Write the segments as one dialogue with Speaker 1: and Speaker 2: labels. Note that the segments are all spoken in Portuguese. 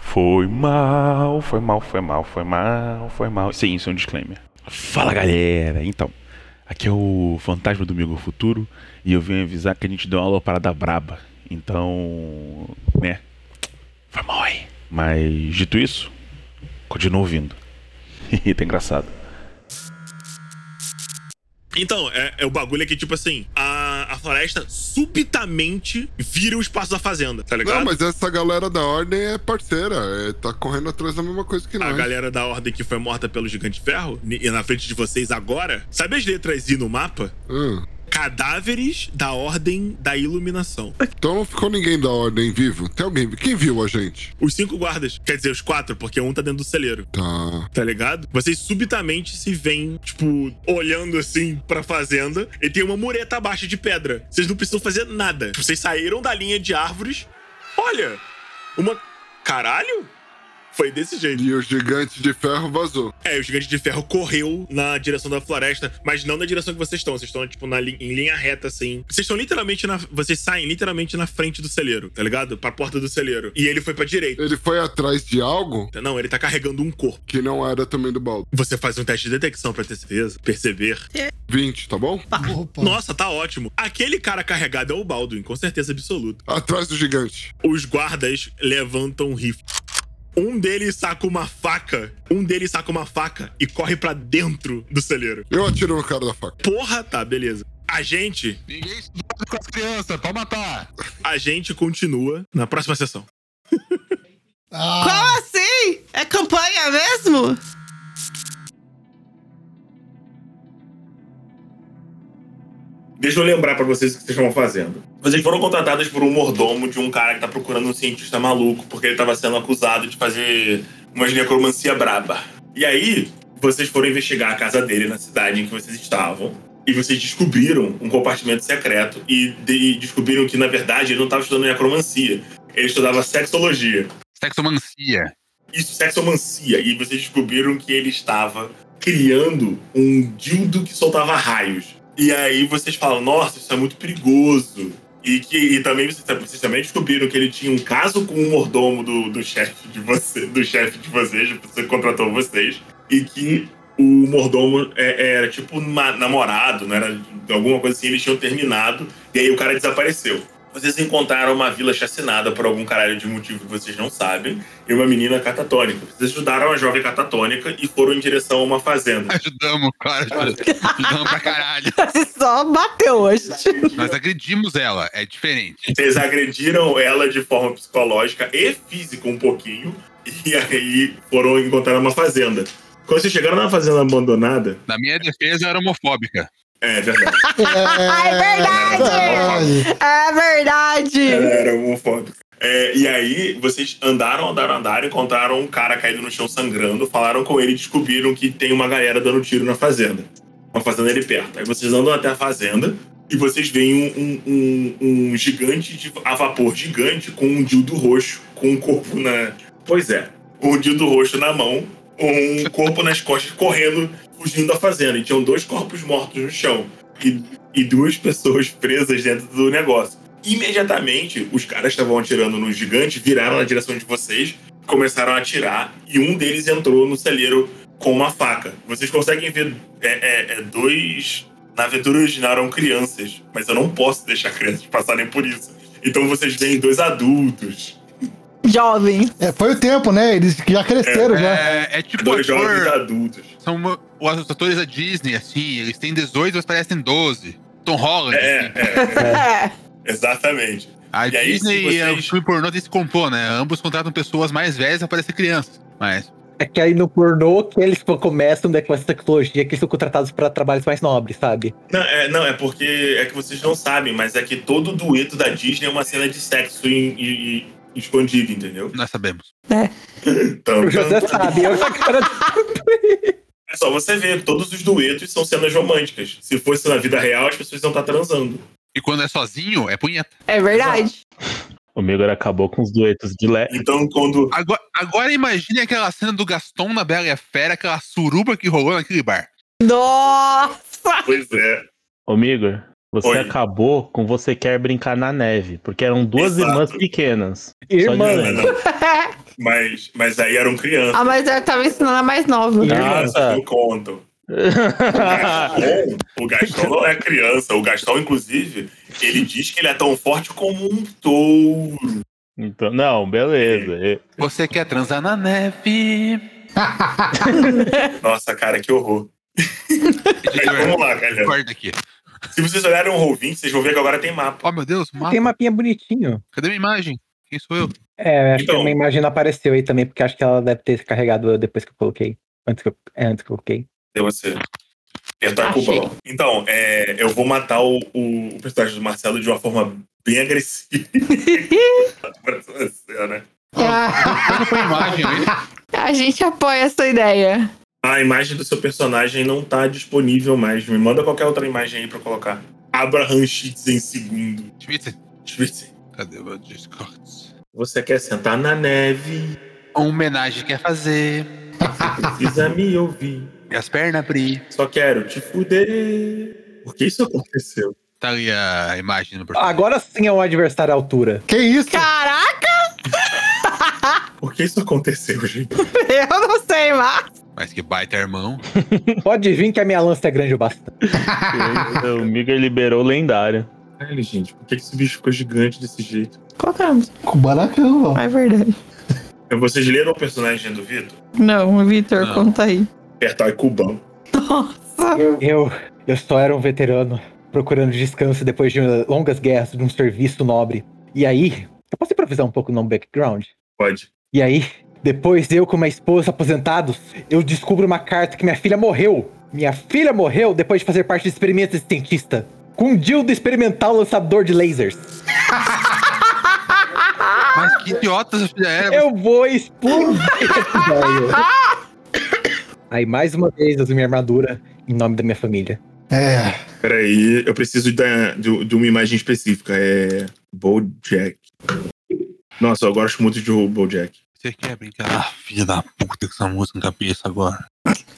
Speaker 1: Foi mal, foi mal, foi mal, foi mal, foi mal. Sim, isso é um disclaimer. Fala galera! Então, aqui é o Fantasma do Migo Futuro e eu vim avisar que a gente deu uma parada braba. Então, né? Foi mal aí. Mas, dito isso, continua ouvindo. tá engraçado.
Speaker 2: Então, é, é o bagulho é que, tipo assim, a, a floresta subitamente vira o espaço da fazenda, tá ligado?
Speaker 3: Não, mas essa galera da ordem é parceira. É, tá correndo atrás da mesma coisa que
Speaker 4: Ah,
Speaker 2: A
Speaker 3: nós.
Speaker 2: galera da ordem que foi morta pelo gigante ferro, ni- e na frente de vocês agora, sabe as letras I no mapa?
Speaker 3: Hum.
Speaker 2: Cadáveres da ordem da iluminação.
Speaker 3: Então não ficou ninguém da ordem vivo. Tem alguém. Quem viu a gente?
Speaker 2: Os cinco guardas, quer dizer, os quatro, porque um tá dentro do celeiro.
Speaker 3: Tá.
Speaker 2: Tá ligado? Vocês subitamente se veem, tipo, olhando assim pra fazenda e tem uma mureta abaixo de pedra. Vocês não precisam fazer nada. Tipo, Vocês saíram da linha de árvores. Olha! Uma. Caralho? Foi desse jeito.
Speaker 3: E o gigante de ferro vazou.
Speaker 2: É, o gigante de ferro correu na direção da floresta, mas não na direção que vocês estão. Vocês estão, tipo, na li- em linha reta, assim. Vocês estão literalmente na. Vocês saem literalmente na frente do celeiro, tá ligado? Pra porta do celeiro. E ele foi pra direita.
Speaker 3: Ele foi atrás de algo
Speaker 2: Não, ele tá carregando um corpo.
Speaker 3: que não era também do baldo.
Speaker 2: Você faz um teste de detecção pra ter certeza, perceber.
Speaker 3: 20, tá bom?
Speaker 5: Opa.
Speaker 2: Nossa, tá ótimo. Aquele cara carregado é o Baldwin, com certeza absoluta.
Speaker 3: Atrás do gigante.
Speaker 2: Os guardas levantam um rifle. Um deles saca uma faca. Um deles saca uma faca e corre pra dentro do celeiro.
Speaker 3: Eu atiro no cara da faca.
Speaker 2: Porra, tá, beleza. A gente,
Speaker 4: Ninguém se fode com as crianças, pra matar.
Speaker 2: a gente continua na próxima sessão.
Speaker 5: Ah,
Speaker 6: Como assim? É campanha mesmo?
Speaker 2: Deixa eu lembrar pra vocês o que vocês estão fazendo. Vocês foram contratados por um mordomo de um cara que tá procurando um cientista maluco, porque ele tava sendo acusado de fazer uma necromancia braba. E aí, vocês foram investigar a casa dele na cidade em que vocês estavam. E vocês descobriram um compartimento secreto e, de- e descobriram que, na verdade, ele não tava estudando necromancia. Ele estudava sexologia.
Speaker 4: Sexomancia.
Speaker 2: Isso, sexomancia. E vocês descobriram que ele estava criando um dildo que soltava raios. E aí vocês falam, nossa, isso é muito perigoso. E, que, e também vocês, vocês também descobriram que ele tinha um caso com o mordomo do, do chefe de você, do chefe de vocês, da pessoa que contratou vocês, e que o mordomo é- era tipo ma- namorado, não era alguma coisa assim, eles tinham terminado, e aí o cara desapareceu. Vocês encontraram uma vila chacinada por algum caralho de motivo que vocês não sabem, e uma menina catatônica. Vocês ajudaram a jovem catatônica e foram em direção a uma fazenda.
Speaker 4: Ajudamos, claro. Ajudamos pra caralho.
Speaker 6: Você só bateu hoje.
Speaker 4: Nós agredimos ela, é diferente.
Speaker 2: Vocês agrediram ela de forma psicológica e física um pouquinho, e aí foram encontrar uma fazenda. Quando vocês chegaram na fazenda abandonada.
Speaker 4: Na minha defesa, eu era homofóbica.
Speaker 2: É verdade.
Speaker 6: É verdade!
Speaker 5: verdade.
Speaker 6: É verdade!
Speaker 2: Ela era homofóbica. É, e aí, vocês andaram, andaram, andaram, encontraram um cara caído no chão sangrando, falaram com ele e descobriram que tem uma galera dando tiro na fazenda. Uma fazenda ali perto. Aí vocês andam até a fazenda e vocês veem um, um- um- um gigante de, a vapor gigante com um dildo roxo, com um corpo na. Pois é, um dildo roxo na mão, um corpo nas costas, correndo, fugindo da fazenda. E tinham dois corpos mortos no chão e, e duas pessoas presas dentro do negócio imediatamente os caras estavam atirando no gigante, viraram na direção de vocês, começaram a atirar e um deles entrou no celeiro com uma faca. Vocês conseguem ver é, é, é, dois. Na aventura original eram crianças, mas eu não posso deixar crianças passarem por isso. Então vocês veem dois adultos,
Speaker 6: Jovem.
Speaker 5: É, foi o tempo, né? Eles já cresceram, já.
Speaker 4: É, é tipo
Speaker 2: dois jovens
Speaker 4: ator.
Speaker 2: adultos.
Speaker 4: São uma- os atores da Disney, assim. Eles têm 18, mas parecem 12. Tom Holland.
Speaker 2: É,
Speaker 4: assim.
Speaker 2: é,
Speaker 6: É.
Speaker 2: exatamente.
Speaker 4: A
Speaker 2: E aí, se
Speaker 4: Disney e a- o
Speaker 2: vocês-
Speaker 4: filme pornô se compor, né? Ambos contratam pessoas mais velhas pra parecer crianças. Mas.
Speaker 7: É que aí no pornô que eles tipo, começam né, com essa tecnologia que eles são contratados para trabalhos mais nobres, sabe?
Speaker 2: Não é, não, é porque é que vocês não sabem, mas é que todo dueto da Disney é uma cena de sexo em, e- e escondido, entendeu?
Speaker 4: Nós sabemos.
Speaker 2: Então,
Speaker 7: O José tá- sabe, eu cara
Speaker 2: É só você ver, todos os duetos são cenas românticas. Se fosse na vida real, as pessoas não estar transando.
Speaker 4: E quando é sozinho, é punheta.
Speaker 6: É verdade.
Speaker 8: O Migor acabou com os duetos de leve.
Speaker 2: Então, quando.
Speaker 4: Agora, agora imagine aquela cena do Gaston na Bela e a Fera, aquela suruba que rolou naquele bar.
Speaker 6: Nossa!
Speaker 2: Pois é.
Speaker 8: Ô, Migor, você
Speaker 2: Oi.
Speaker 8: acabou com Você Quer Brincar na Neve, porque eram duas
Speaker 2: Exato.
Speaker 8: irmãs pequenas.
Speaker 7: Irmã.
Speaker 8: Só de leve.
Speaker 2: Mas, mas aí eram crianças.
Speaker 6: Ah, mas eu tava ensinando a mais nova.
Speaker 2: Crianças
Speaker 8: tá.
Speaker 2: não contam. Gaston, o Gastão não é criança. O Gastão, inclusive, ele diz que ele é tão forte como um touro.
Speaker 8: Então, não, beleza. E-
Speaker 4: Você quer transar na neve?
Speaker 2: Nossa, cara, que horror. Mas vamos
Speaker 4: Editor,
Speaker 2: lá, galera.
Speaker 4: corta aqui.
Speaker 2: Se vocês olharem o Roll20, vocês vão ver que agora tem mapa.
Speaker 4: Oh, meu Deus, mapa.
Speaker 7: Tem um mapinha bonitinho.
Speaker 4: Cadê minha imagem? Quem sou eu?
Speaker 7: É, acho
Speaker 2: Então.
Speaker 7: que a minha imagem não apareceu aí também, porque acho que ela deve ter carregado depois que eu coloquei. Antes que eu, é, antes que eu coloquei.
Speaker 2: Deu você. Apertar
Speaker 6: Achei.
Speaker 2: cubão. Então, é, eu vou matar o, o personagem do Marcelo de uma forma bem agressiva. Né? Pra essa cena.
Speaker 4: Quando põe a imagem aí?
Speaker 6: É. A gente apoia essa ideia.
Speaker 2: A imagem do seu personagem não tá disponível mais. Me manda qualquer outra imagem aí pra eu colocar. Abraham Sheets em segundo.
Speaker 4: Twitter.
Speaker 2: Deixa eu ver se-
Speaker 4: Cadê o meu Discord?
Speaker 2: Você quer sentar na neve?
Speaker 4: Uma homenagem quer fazer.
Speaker 2: Precisa me ouvir.
Speaker 4: Minhas pernas abrir.
Speaker 2: Só quero te fuder. Por que isso aconteceu?
Speaker 4: Tá ali a imagem no perfil.
Speaker 7: Agora sim é um adversário à altura.
Speaker 5: Que isso?
Speaker 6: Caraca,
Speaker 2: Por que isso aconteceu, gente?
Speaker 6: eu não sei mais.
Speaker 4: Mas que baita irmão.
Speaker 7: Pode vir que a minha lança é grande o bastante.
Speaker 8: O Miga liberou o lendário.
Speaker 2: Caralho, gente. Por que esse bicho ficou gigante desse jeito?
Speaker 6: Qual que é o nome?
Speaker 5: Cubaracão, ó.
Speaker 6: Ah, É verdade.
Speaker 2: Então, Vocês leram o personagem do Vitor?
Speaker 6: Não, Vitor,
Speaker 4: Não.
Speaker 6: conta aí.
Speaker 2: Apertar e cubão.
Speaker 7: Eu, eu só era um veterano procurando descanso depois de longas guerras de um serviço nobre. E aí, eu posso improvisar um pouco no background?
Speaker 2: Pode.
Speaker 7: E aí, depois eu com minha esposa aposentados, eu descubro uma carta que minha filha morreu. Minha filha morreu depois de fazer parte de experimentos de cientista. Com um dildo experimental lançador de lasers.
Speaker 4: Mas que idiota essa filha é, era.
Speaker 7: Eu vou explodir esse velho. Aí, mais uma vez, eu uso minha armadura em nome da minha família.
Speaker 5: É.
Speaker 2: Peraí, eu preciso da- de, de uma imagem específica. É. Bojack. Nossa, eu gosto muito de Bojack.
Speaker 4: Você quer brincar? Ah, filha da puta com essa música na cabeça agora.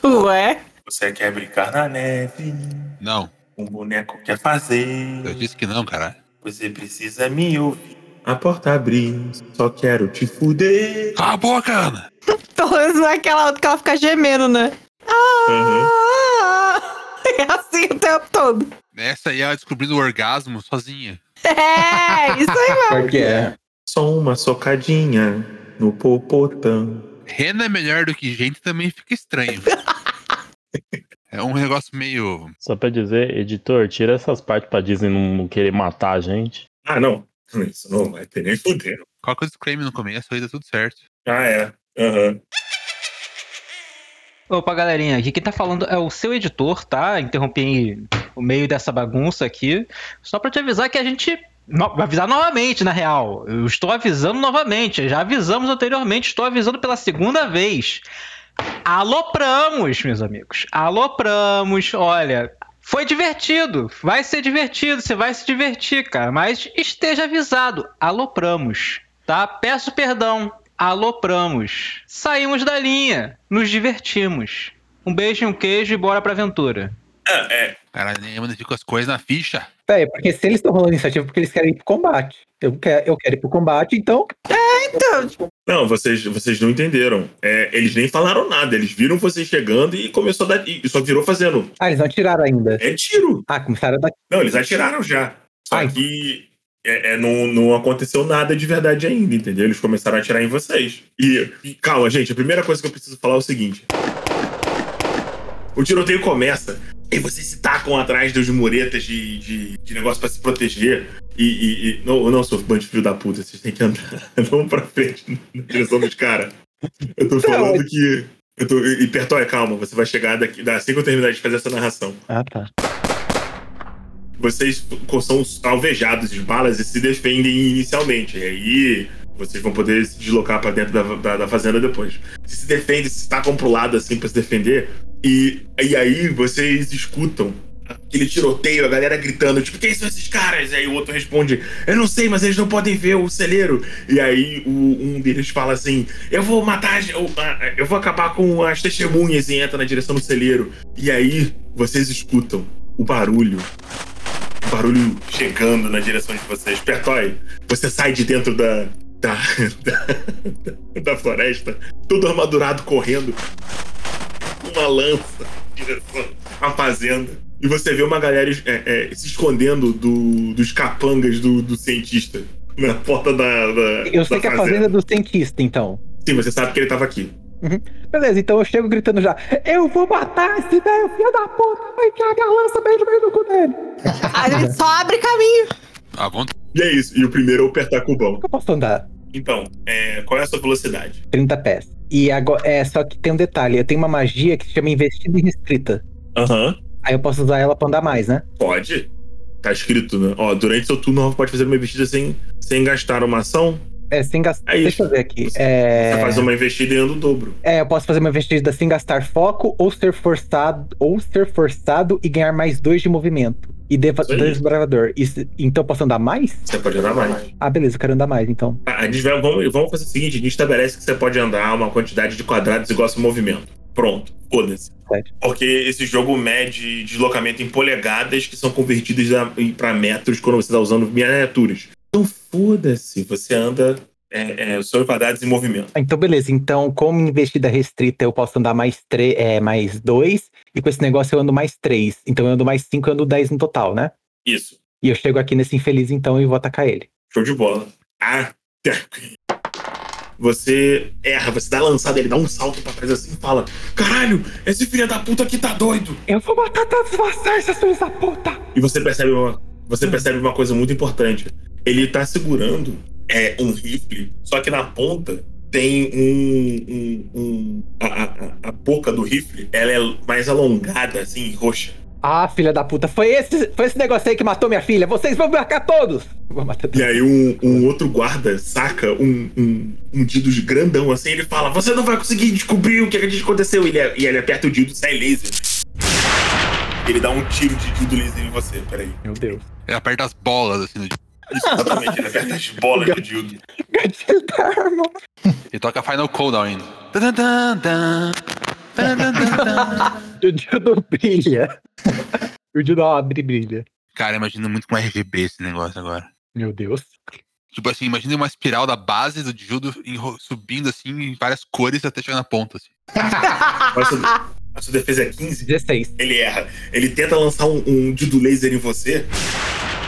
Speaker 6: Ué?
Speaker 2: Você quer brincar na neve?
Speaker 4: Não,
Speaker 2: Um boneco quer fazer.
Speaker 4: eu disse que não, caralho.
Speaker 2: Você precisa me ouvir. A porta abrir, só quero te fuder.
Speaker 4: Cala a boca, Ana.
Speaker 6: Pelo menos não é aquela outra que ela fica gemendo, né? Ah! É assim o tempo todo.
Speaker 4: Essa aí é ela descobrindo o orgasmo sozinha.
Speaker 6: É, isso aí.
Speaker 7: Pior que é.
Speaker 2: Só uma socadinha no popotão.
Speaker 4: Rena é melhor do que gente também fica estranho. É um negócio meio.
Speaker 8: Só pra dizer, editor, tira essas partes pra Disney não querer matar a gente.
Speaker 2: Ah, não. Isso não vai ter nem fuder.
Speaker 4: Coloca o disclaimer no começo, aí dá tudo certo.
Speaker 2: Ah, é. Aham.
Speaker 9: Opa, galerinha, aqui quem tá falando é o seu editor, tá? Interrompi em- o meio dessa bagunça aqui, só pra te avisar que a gente. no- avisar novamente, na real. Eu estou avisando novamente, já avisamos anteriormente, estou avisando pela segunda vez. Alopramos, meus amigos. Alopramos, olha. Foi divertido, vai ser divertido, você vai se divertir, cara, mas esteja avisado, alopramos, tá? Peço perdão, alopramos. Saímos da linha, nos divertimos. Um beijo e um queijo e bora pra aventura.
Speaker 2: Ah, é.
Speaker 4: Caralho, nem eu fico com as coisas na ficha.
Speaker 7: Peraí, porque se eles estão rolando iniciativa, é porque eles querem ir pro combate. Eu quero, eu quero ir pro combate, então.
Speaker 2: Não, vocês, vocês não entenderam. É, eles nem falaram nada. Eles viram vocês chegando e começou a dar. E só virou fazendo.
Speaker 7: Ah, eles não tiraram ainda.
Speaker 2: É tiro.
Speaker 7: Ah, começaram a dar.
Speaker 2: Não, eles atiraram já. Só
Speaker 7: Ai.
Speaker 2: que é, é, não, não aconteceu nada de verdade ainda, entendeu? Eles começaram a atirar em vocês. E, e calma, gente, a primeira coisa que eu preciso falar é o seguinte: o tiroteio começa. E vocês se tacam atrás dos muretas de, de, de negócio pra se proteger. E. e, e não, não, sou bando de filho da puta, vocês têm que andar. Vamos pra frente na direção dos caras. Eu tô falando que. Eu tô, e, e Pertóia, calma, você vai chegar daqui. dá- Assim que eu terminar de fazer essa narração.
Speaker 7: Ah, tá.
Speaker 2: Vocês são alvejados de balas e se defendem inicialmente. E aí vocês vão poder se deslocar pra dentro da, da, da fazenda depois. Vocês se defendem, se tacam pro lado assim pra se defender. E, e aí vocês escutam aquele tiroteio, a galera gritando, tipo, quem são esses caras? E aí o outro responde, eu não sei, mas eles não podem ver o celeiro. E aí o- um deles fala assim, eu vou matar, as- eu, a- eu vou acabar com as testemunhas e entra na direção do celeiro. E aí vocês escutam o barulho barulho chegando na direção de vocês. Pertói, você sai de dentro da, da, da, da floresta, todo armadurado correndo, com uma lança em direção à fazenda. E você vê uma galera é, é, se escondendo do- dos capangas do, do cientista na porta da. da-
Speaker 7: Eu sei
Speaker 2: da
Speaker 7: que é a fazenda do cientista, então.
Speaker 2: Sim, você sabe que ele tava aqui.
Speaker 7: Beleza, então eu chego gritando já. Eu vou matar esse velho, filho da puta, vai enfiar a lança bem no meio do cu dele.
Speaker 6: A gente só abre caminho.
Speaker 4: À vontade.
Speaker 2: E é isso. E o primeiro é o Pertacubão.
Speaker 7: Eu posso andar
Speaker 2: Então, é, qual é a sua velocidade?
Speaker 7: 30 pés. E agora, é, só que tem um detalhe, eu tenho uma magia que se chama investida e restrita.
Speaker 2: Aham.
Speaker 7: Aí eu posso usar ela pra andar mais, né?
Speaker 2: Pode. Tá escrito, né? Ó, durante seu turno, pode fazer uma investida sem, sem gastar uma ação.
Speaker 7: É, sem gastar.
Speaker 2: É isso.
Speaker 7: Deixa eu ver aqui.
Speaker 2: Você- Você
Speaker 7: É...
Speaker 2: faz uma investida e anda o dobro.
Speaker 7: é, eu posso fazer uma investida sem gastar foco ou ser forçado ou ser forçado e ganhar mais dois de movimento. E deva...
Speaker 2: Isso aí.
Speaker 7: desbravador. Isso- Então eu posso andar mais?
Speaker 2: Você pode andar mais.
Speaker 7: Ah, beleza, eu quero andar mais então.
Speaker 2: Tá, a gente vai, vamos, vamos fazer o seguinte: a gente estabelece que você pode andar uma quantidade de quadrados igual ao seu movimento. Pronto. Foda-se.
Speaker 7: Certo.
Speaker 2: Porque esse jogo mede deslocamento em polegadas que são convertidas a- em- pra metros quando você tá usando miniaturas. Então foda-se. Você anda. É, é, sobre quadrados em movimento.
Speaker 7: Ah, Então, beleza. Então, como investida restrita, eu posso andar mais, tre- é, mais dois. E com esse negócio eu ando mais três. Então eu ando mais cinco, eu ando dez no total, né?
Speaker 2: Isso.
Speaker 7: E eu chego aqui nesse infeliz então e vou atacar ele.
Speaker 2: Show de bola. Ah, você erra, você dá a lançada, ele dá um salto pra trás assim e fala: Caralho, esse filho da puta aqui tá doido!
Speaker 7: Eu vou matar todos vocês, seus filhos da puta!
Speaker 2: E você percebe uma, você percebe uma coisa muito importante. Ele tá segurando é, um rifle, só que na ponta tem um. um- um- a, a- a- a boca do rifle ela é mais alongada, assim, roxa.
Speaker 7: Ah, filha da puta, foi esse, foi esse negócio aí que matou minha filha. Vocês vão marcar todos! Vou matar
Speaker 2: E
Speaker 7: todos.
Speaker 2: aí um, um outro guarda saca um, um, um Didos grandão assim, ele fala, você não vai conseguir descobrir o que, é que aconteceu. E ele, e ele aperta o Dildo e sai laser. Ele dá um tiro de Dildo laser em você, peraí.
Speaker 7: Meu Deus.
Speaker 4: Ele aperta as bolas, assim. no-
Speaker 2: Isso, exatamente, ele aperta as bolas do Dildo.
Speaker 7: Gatilho da arma.
Speaker 4: Ele toca Final Countdown ainda. Tan, tan, tan, tan, tan, tan, tan.
Speaker 7: O Dildo brilha. o Dildo abre e brilha.
Speaker 4: Cara, imagina muito é com RGB esse negócio agora.
Speaker 7: Meu Deus.
Speaker 4: Tipo assim, imagina uma espiral da base do Judo enro- subindo assim em várias cores até chegar na ponta. Assim.
Speaker 2: Mas a sua- a sua defesa é 15,
Speaker 7: 16.
Speaker 2: ele erra. Ele tenta lançar um, um Dildo laser em você.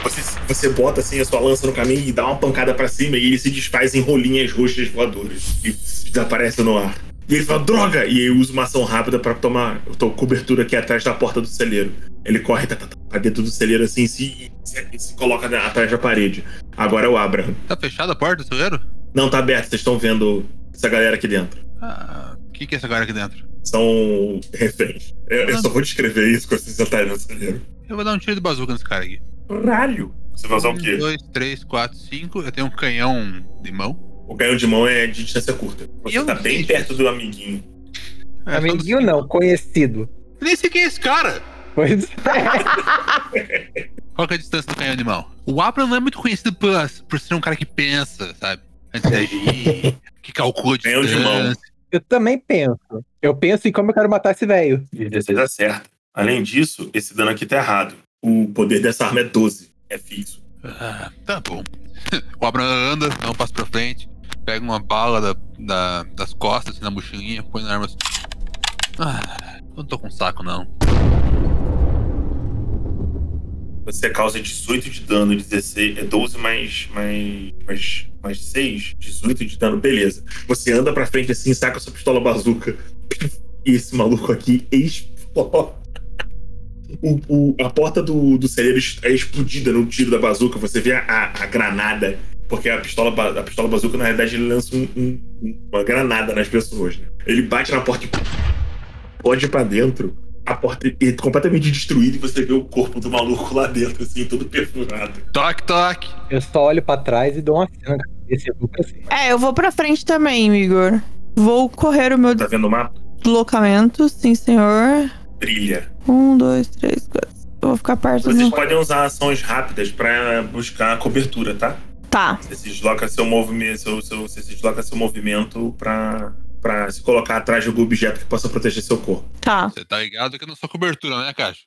Speaker 2: Você, você bota assim a sua lança no caminho e dá uma pancada pra cima e ele se desfaz em rolinhas roxas voadoras e desaparece no ar. E ele fala, droga! E eu uso uma ação rápida pra tomar eu tô cobertura aqui atrás da porta do celeiro. Ele corre tá, tá, tá, pra dentro do celeiro assim e se, se, se coloca na- atrás da parede. Agora é o Abraham.
Speaker 4: Tá fechada a porta do celeiro?
Speaker 2: Não, tá aberto, vocês estão vendo essa galera aqui dentro.
Speaker 4: Ah, o que, que é essa galera aqui dentro?
Speaker 2: São reféns. Eu, eu só vou descrever isso quando vocês entrarem no celeiro.
Speaker 4: Eu vou dar um tiro de bazuca nesse cara aqui.
Speaker 2: Caralho! Você vai usar o
Speaker 7: é?
Speaker 2: quê?
Speaker 4: Um, dois, três, quatro, cinco. Eu tenho um canhão de mão.
Speaker 2: O ganho de mão é de distância curta. Você
Speaker 4: Eu
Speaker 2: tá
Speaker 4: não
Speaker 2: bem
Speaker 4: sei
Speaker 2: perto
Speaker 4: disso.
Speaker 2: do amiguinho.
Speaker 4: É,
Speaker 7: Amiguinho
Speaker 4: só dos-
Speaker 7: não, conhecido.
Speaker 4: Nem sei quem é esse cara.
Speaker 7: Pois é.
Speaker 4: Qual que é a distância do canhão de mão? O Abra não é muito conhecido por, por ser um cara que pensa, sabe? Antes de agir, que calcula a
Speaker 2: Canhão de mão.
Speaker 4: distância.
Speaker 7: Eu também penso. Eu penso em como eu quero matar esse velho.
Speaker 2: 16 acerta. Além disso, esse dano aqui tá errado. O poder dessa arma é 12. É fixo.
Speaker 4: Ah, tá bom. O Abraham anda, dá um passo pra frente, pega uma bala da- da- das costas, assim, na mochilinha, põe na arma assim. Ah, eu não tô com saco, não.
Speaker 2: Você causa 18 de dano, 16, é 12 mais, mais, mais, mais 6, 18 de dano, beleza. Você anda pra frente assim, saca sua pistola bazuca. E esse maluco aqui explode. O- o- a porta do, do celeiro es- é explodida no tiro da bazuca. Você vê a, a- a granada, porque a pistola, ba- a pistola bazuca, na realidade, ele lança um- um- um- uma granada nas pessoas. né? Ele bate na porta e explode pra dentro a porta é completamente destruída e você vê o corpo do maluco lá dentro, assim, todo perfurado.
Speaker 4: Toque, toque!
Speaker 7: Eu só olho pra trás e dou uma cena na cabeça. Eu assim. vou pra cima.
Speaker 6: É, eu vou pra frente também, Igor. Vou correr o meu
Speaker 2: Tá vendo o mapa?
Speaker 6: deslocamento, sim, senhor.
Speaker 2: Trilha.
Speaker 6: Um, dois, três, quatro. Eu vou ficar perto
Speaker 2: Vocês
Speaker 6: do.
Speaker 2: podem usar ações rápidas pra buscar cobertura, tá?
Speaker 6: Tá.
Speaker 2: Você se desloca seu movimento, seu, seu- você se desloca seu movimento pra, pra se colocar atrás de algum objeto que possa proteger seu corpo.
Speaker 6: Tá.
Speaker 4: Você tá ligado que eu não sou cobertura, né, Caixa?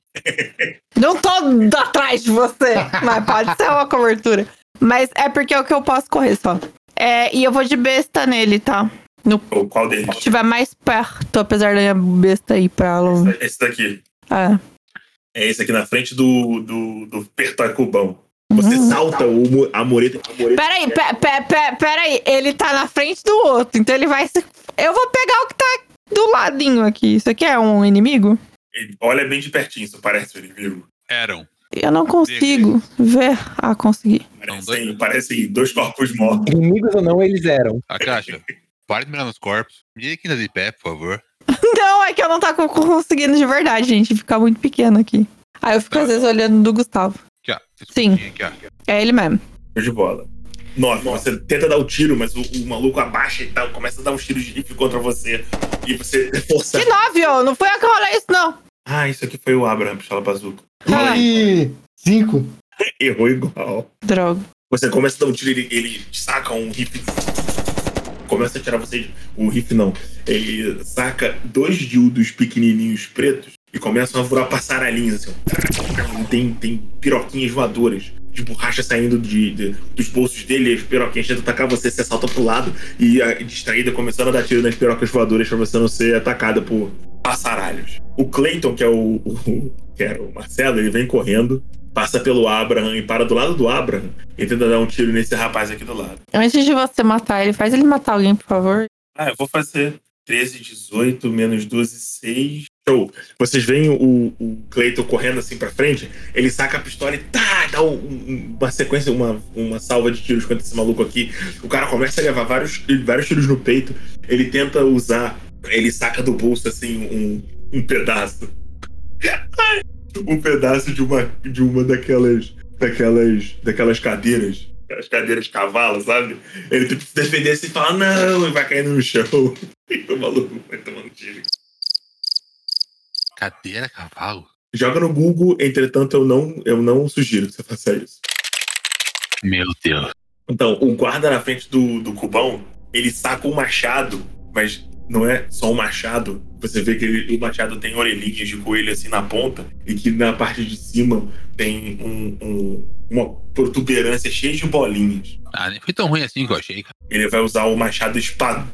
Speaker 6: Não tô atrás de você, mas pode ser uma cobertura. Mas é porque é o que eu posso correr só. É, e eu vou de besta nele, tá?
Speaker 2: Ou qual deles?
Speaker 6: Se estiver mais perto, apesar da minha besta ir pra longe.
Speaker 2: Esse daqui.
Speaker 6: É.
Speaker 2: É esse aqui na frente do, do, do Pertacubão. Você salta o, mu- a mureta. A mureta
Speaker 6: Peraí, pe- pe- pe- peraí. Ele tá na frente do outro, então ele vai se. Eu vou pegar o que tá do ladinho aqui. Isso aqui é um inimigo?
Speaker 2: Ele olha bem de pertinho, isso parece o inimigo.
Speaker 4: Eram.
Speaker 6: Eu não consigo ver. Ah, consegui.
Speaker 4: Não,
Speaker 2: Parecem,
Speaker 4: dois-
Speaker 2: parecem dois corpos mortos.
Speaker 7: Inimigos ou não, eles eram.
Speaker 4: A caixa. Para de mirar nos corpos. Mira aqui ainda de pé, por favor.
Speaker 6: Não, é que eu não tá co- conseguindo de verdade, gente. Fica muito pequeno aqui. Aí eu fico às vezes olhando do Gustavo.
Speaker 4: Aqui, ó.
Speaker 6: Sim.
Speaker 4: Escudinho Aqui, ó.
Speaker 6: É ele mesmo.
Speaker 2: Show de bola. Nove, você tenta dar o tiro, mas o, o maluco abaixa e tal, começa a dar uns tiros de rifle contra você. E você força.
Speaker 6: Que nove, ó. Não foi eu que rolei isso, não.
Speaker 2: Ah, isso aqui foi o Abraham, pistola bazuca.
Speaker 5: E cinco.
Speaker 2: Errou igual.
Speaker 6: Droga.
Speaker 2: Você começa a dar um tiro, ele, ele saca um rifle. Começa a tirar você. de- O rifle não. Ele saca dois dildos pequenininhos pretos e começam a voar passaralhinhas assim. ó. Tem, tem piroquinhas voadoras de borracha saindo de, de- dos bolsos dele. As piroquinhas tentam atacar você, você salta pro lado e a, distraída começando a dar tiro nas pirocas voadoras pra você não ser atacada por passaralhos. O Clayton, que é o, o- que era o Marcelo, ele vem correndo, passa pelo Abraham e para do lado do Abraham e tenta dar um tiro nesse rapaz aqui do lado.
Speaker 6: Antes de você matar ele, faz ele matar alguém, por favor.
Speaker 2: Ah, eu vou fazer 13, 18, menos 12, 6. Show. Vocês veem o, o Clayton correndo assim pra frente, ele saca a pistola e tá, dá um- um- uma sequência, uma, uma salva de tiros contra esse maluco aqui. O cara começa a levar vários, vários tiros no peito. Ele tenta usar, ele saca do bolso assim um, um pedaço. um pedaço de uma, de uma daquelas, daquelas, daquelas cadeiras. Aquelas cadeiras de cavalo, sabe? Ele tem que se defender assim e falar, não, e vai caindo no chão. E o maluco vai tomando tiro.
Speaker 4: Cadeira, cavalo.
Speaker 2: Joga no Google, entretanto, eu não, eu não sugiro que você faça isso.
Speaker 4: Meu Deus.
Speaker 2: Então, o guarda na frente do, do cubão, ele saca um machado, mas não é só um machado. Você vê que ele- o machado tem orelhinhas de coelho assim na ponta, e que na parte de cima tem um- um- uma protuberância cheia de bolinhas.
Speaker 4: Ah, nem foi tão ruim assim que eu achei, cara.
Speaker 2: Ele vai usar o machado espadona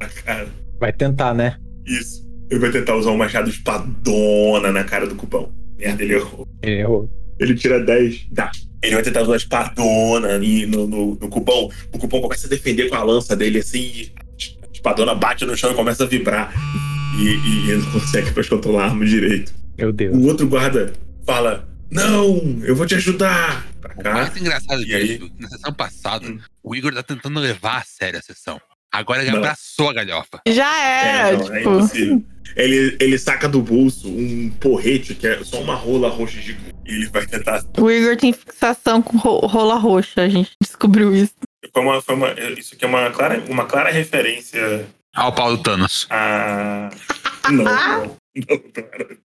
Speaker 2: na cara.
Speaker 7: Vai tentar, né?
Speaker 2: Isso. Ele vai tentar usar um machado espadona na cara do cubão. Merda, ele errou.
Speaker 7: Ele errou.
Speaker 2: Ele tira 10. Dá. Ele vai tentar usar a espadona ali no, no, no cubão. O cubão começa a defender com a lança dele assim. E a espadona bate no chão e começa a vibrar. E, e ele não consegue mais controlar a arma direito.
Speaker 7: Meu Deus.
Speaker 2: O outro guarda fala: Não, eu vou te ajudar. Pra
Speaker 4: O
Speaker 2: cá.
Speaker 4: mais É engraçado
Speaker 2: E aí?
Speaker 4: disso, na sessão passada,
Speaker 2: Hum.
Speaker 4: o Igor tá tentando levar a sério a sessão. Agora ele
Speaker 2: Não.
Speaker 4: abraçou a galhofa.
Speaker 6: Já era,
Speaker 2: É, não, é
Speaker 6: tipo.
Speaker 2: impossível. Ele, ele saca do bolso um porrete, que é só uma rola roxa gigante. E ele vai tentar.
Speaker 6: o Igor tem fixação com ro- rola roxa, a gente descobriu isso.
Speaker 2: Foi uma, foi uma, isso aqui é uma clara, uma clara referência
Speaker 4: Olha o pau do Thanos.
Speaker 2: a. Não, não. não claro.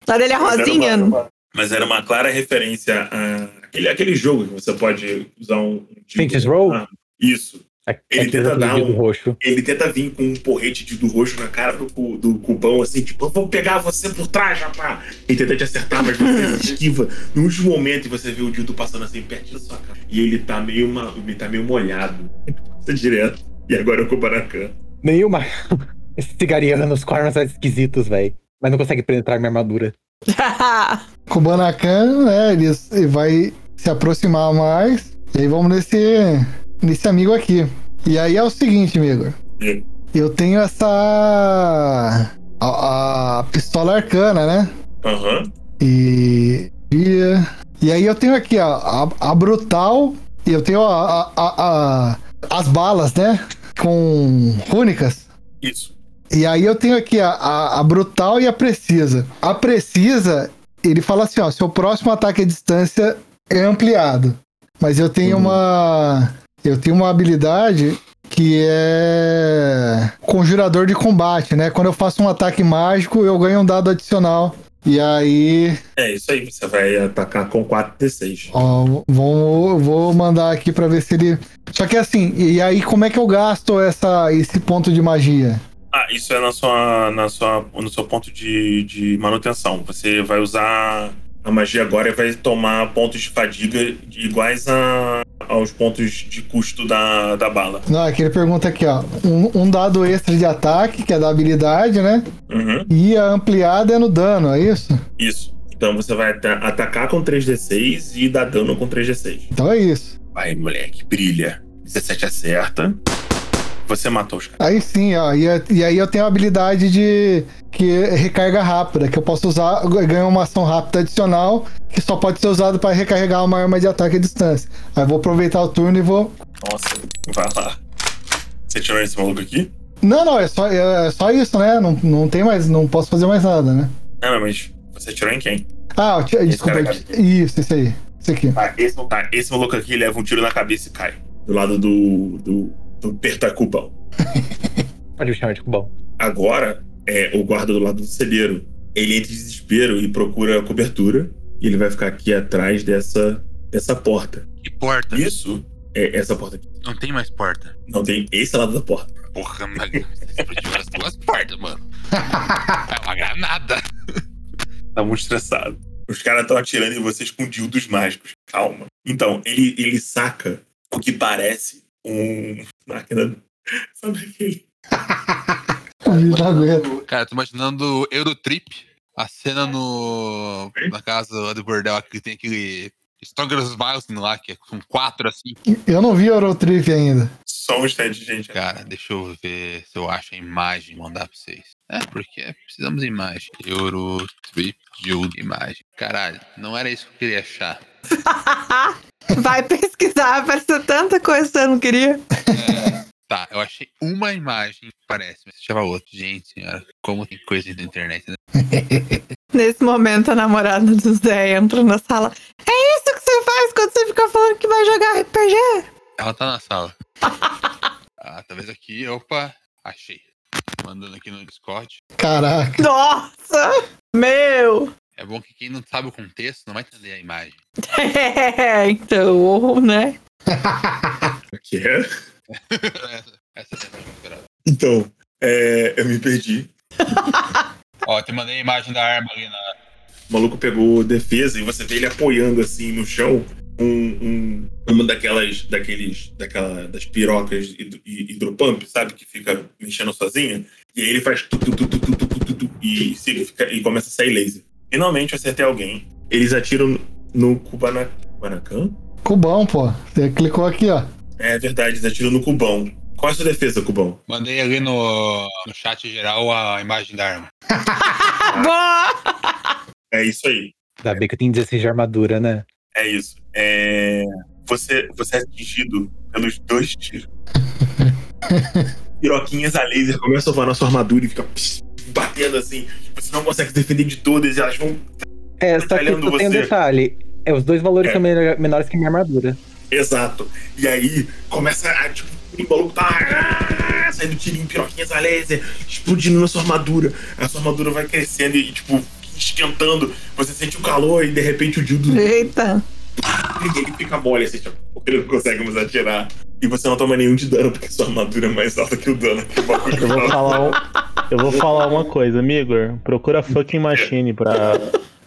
Speaker 6: Lá dele é
Speaker 2: Mas era
Speaker 6: rosinha.
Speaker 2: uma- Mas era uma clara referência a. Aquele, aquele jogo que você pode usar um. um tipo-
Speaker 7: Saints Row?
Speaker 2: Ah, Isso. Ele
Speaker 7: Aquele
Speaker 2: tenta dar
Speaker 7: apelido
Speaker 2: um-
Speaker 7: roxo.
Speaker 2: Ele tenta vir com um porrete de, do roxo na cara do, cu- do cubão, assim, tipo, eu vou pegar você por trás, rapá! Ele tenta te acertar, mas você se esquiva. No último momento, você vê o Dildo passando assim, perto da sua cara. E ele tá meio, ma... ele tá meio molhado. Passa direto. E agora é o Kubanacan.
Speaker 7: Nenhuma. Esse cigariano nos cornos são esquisitos, velho. Mas não consegue penetrar minha armadura.
Speaker 5: Com o Banacan, né? Ele, ele vai se aproximar mais. E aí vamos nesse, nesse amigo aqui. E aí é o seguinte, amigo.
Speaker 2: Hum.
Speaker 5: Eu tenho essa. A, a pistola arcana, né?
Speaker 2: Aham.
Speaker 5: E. E, e aí eu tenho aqui, ó, a, a brutal. E eu tenho a, a- a- a- as balas, né? Com rúnicas.
Speaker 2: Isso.
Speaker 5: E aí eu tenho aqui a, a- a brutal e a precisa. A precisa, ele fala assim, ó, seu próximo ataque à distância é ampliado. Mas eu tenho uma. Eu tenho uma habilidade que é conjurador de combate, né? Quando eu faço um ataque mágico, eu ganho um dado adicional. E aí,
Speaker 2: É isso aí, você vai atacar com 4D6.
Speaker 5: ó, vou, vou mandar aqui pra ver se ele. Só que assim, e aí como é que eu gasto essa, esse ponto de magia?
Speaker 2: Ah, isso é na sua, na sua, no seu ponto de, de manutenção. Você vai usar a magia agora e vai tomar pontos de fadiga iguais a, aos pontos de custo da, da bala.
Speaker 5: Não, aqui ele pergunta aqui, ó. Um, um dado extra de ataque, que é da habilidade, né?
Speaker 2: Uhum,
Speaker 5: E a ampliada é no dano, é isso?
Speaker 2: isso. Então você vai ata- atacar com 3d6 e dar dano com 3d6.
Speaker 5: Então é isso.
Speaker 2: Vai, moleque, brilha. 17 acerta. Você matou os caras.
Speaker 5: Aí sim, ó. E, a- e aí eu tenho a habilidade de. que é recarga rápida, que eu posso usar, eu ganho uma ação rápida adicional, que só pode ser usado para recarregar uma arma de ataque à distância. Aí eu vou aproveitar o turno e vou.
Speaker 2: Nossa, vai lá. Você tirou esse maluco aqui?
Speaker 5: Não, não, é só, é só isso, né? Não, não tem mais. Não posso fazer mais nada, né?
Speaker 2: Ah, mas você tirou em quem?
Speaker 5: Ah, eu ti- desculpa.
Speaker 2: cara
Speaker 5: eu ti- Isso, isso aí. Isso aqui.
Speaker 2: Tá, esse, tá, esse maluco aqui leva um tiro na cabeça e cai. Do lado do. do, do Pertacubão.
Speaker 7: Pode me chamar de cubão.
Speaker 2: Agora, é o guarda do lado do celeiro. Ele entra em desespero e procura a cobertura. E ele vai ficar aqui atrás dessa, dessa porta.
Speaker 4: Que porta?
Speaker 2: Isso é essa porta aqui.
Speaker 4: Não tem mais porta.
Speaker 2: Não tem esse lado da porta.
Speaker 4: Porra, mano. Você explodiu as duas portas, mano. É uma granada.
Speaker 2: Tá muito estressado. Os caras estão atirando em vocês com dildos mágicos. Calma. Então, ele, ele saca o que parece um. Máquina. Sabe aquele.
Speaker 5: O vídeo não aguenta.
Speaker 4: Cara, eu tô imaginando Eurotrip, a cena no. na casa lá do bordel que tem aquele. Stonger's Violin lá, que é com quatro assim.
Speaker 5: Eu não vi Eurotrip ainda.
Speaker 2: Só um instante, gente.
Speaker 4: Cara, deixa eu ver se eu acho a imagem e mandar pra vocês. É, porque precisamos de imagem. Eurotrip, Jude, imagem. Caralho, não era isso que eu queria achar.
Speaker 6: Vai pesquisar, apareceu tanta coisa que eu não queria.
Speaker 4: Tá, eu achei uma imagem, parece, mas achava outra. Gente, senhora, como tem coisa na internet, né?
Speaker 6: Nesse momento, a namorada do Zé entra na sala. É isso que você faz quando você fica falando que vai jogar RPG?
Speaker 4: Ela tá na sala. ah, talvez aqui, opa, achei. Mandando aqui no Discord.
Speaker 5: Caraca.
Speaker 6: Nossa! Meu!
Speaker 4: É bom que quem não sabe o contexto não vai entender a imagem.
Speaker 6: É, então, né?
Speaker 2: Que é?
Speaker 4: essa, essa é a imagem que eu esperava.
Speaker 2: Então, é, eu me perdi.
Speaker 4: Ó, te mandei a imagem da arma ali na.
Speaker 2: O maluco pegou defesa e você vê ele apoiando assim no chão um, um, uma daquelas, daqueles, daquela, das pirocas hid- hi- hidropump, sabe? Que fica mexendo sozinha. E aí ele faz tu, tu, tu, tu, tu, tu, tu, tu, tu, e, se- fica- e começa a sair laser. Finalmente eu acertei alguém. Eles atiram no Kubana, Kubanacan?
Speaker 5: Cubão, pô. Você clicou aqui, ó.
Speaker 2: É verdade, eles atiram no Cubão. Qual é a sua defesa, Cubão?
Speaker 4: Mandei ali no, no chat geral a imagem da arma.
Speaker 6: Boa!
Speaker 2: É isso aí.
Speaker 7: Ainda bem que eu tenho 16 de armadura, né?
Speaker 2: É isso. É, Você, você é atingido pelos dois tiros. Piroquinhas a laser começam a voar na sua armadura e fica pss, batendo assim. Você não consegue se defender de todas e elas vão.
Speaker 7: É, só que
Speaker 2: Detalhando
Speaker 7: só tem um
Speaker 2: Tá você.
Speaker 7: detalhe. É, os dois valores
Speaker 2: É.
Speaker 7: são menor- menores que minha armadura.
Speaker 2: Exato. E aí começa a. Tipo, o maluco tá. ah, Saindo tirinho, piroquinhas a laser, explodindo na sua armadura. A sua armadura vai crescendo e, tipo, esquentando. Você sente o calor e de repente o dildo
Speaker 6: Eita!
Speaker 2: E ele fica mole, assim, tipo, ele não consegue mais atirar. E você não toma nenhum de dano, porque sua armadura é mais alta que o dano. Que o bagulho
Speaker 8: Eu vou
Speaker 2: fala.
Speaker 8: falar, um- eu vou falar uma coisa, Migor. Procura fucking machine pra,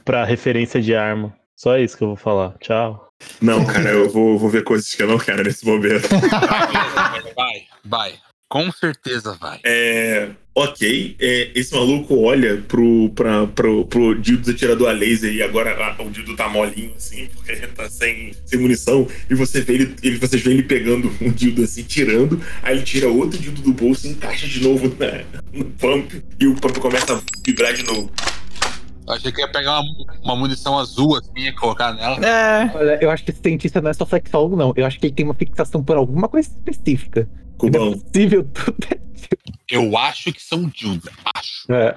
Speaker 8: pra referência de arma. Só isso que eu vou falar. Tchau.
Speaker 2: não, cara, eu vou, vou ver coisas que eu não quero nesse momento.
Speaker 4: Vai, vai. Com certeza vai.
Speaker 2: É. Ok, é, esse maluco olha pro, pra, pro, pro Dildo atirador a laser e agora ah, o Dildo tá molinho, assim, porque ele tá sem, sem munição. E você vê ele, ele, vocês vê ele pegando um Dildo assim, tirando. Aí ele tira outro Dildo do bolso, encaixa de novo na- no pump. E o pump começa a vibrar de novo.
Speaker 4: Eu achei que ia pegar uma, uma munição azul assim e colocar nela.
Speaker 6: É.
Speaker 7: Olha, eu acho que esse cientista não é só sexólogo, não. Eu acho que ele tem uma fixação por alguma coisa específica.
Speaker 2: Cubão,
Speaker 7: Possível tudo.
Speaker 4: Eu acho que são Judas. Acho.
Speaker 7: É.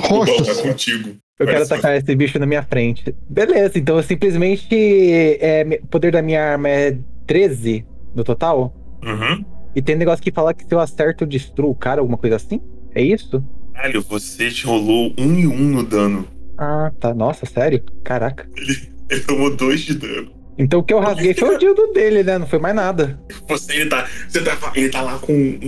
Speaker 2: Cubão, é
Speaker 5: Roxos.
Speaker 2: contigo.
Speaker 7: Eu quero
Speaker 2: Parece-
Speaker 7: atacar esse bicho na minha frente. Beleza, então eu simplesmente. é, me- o poder da minha arma é 13 no total.
Speaker 2: Uhum.
Speaker 7: E tem um negócio que fala que se eu acerto, eu destruo o cara, alguma coisa assim? É isso?
Speaker 2: Caralho, você te rolou um e um no dano.
Speaker 7: Ah, tá. Nossa, sério? Caraca.
Speaker 2: Ele tomou dois de dano.
Speaker 7: Então o que eu rasguei foi o dildo dele, né? Não foi mais nada.
Speaker 2: Você, ele, tá, você tá, ele tá lá com um-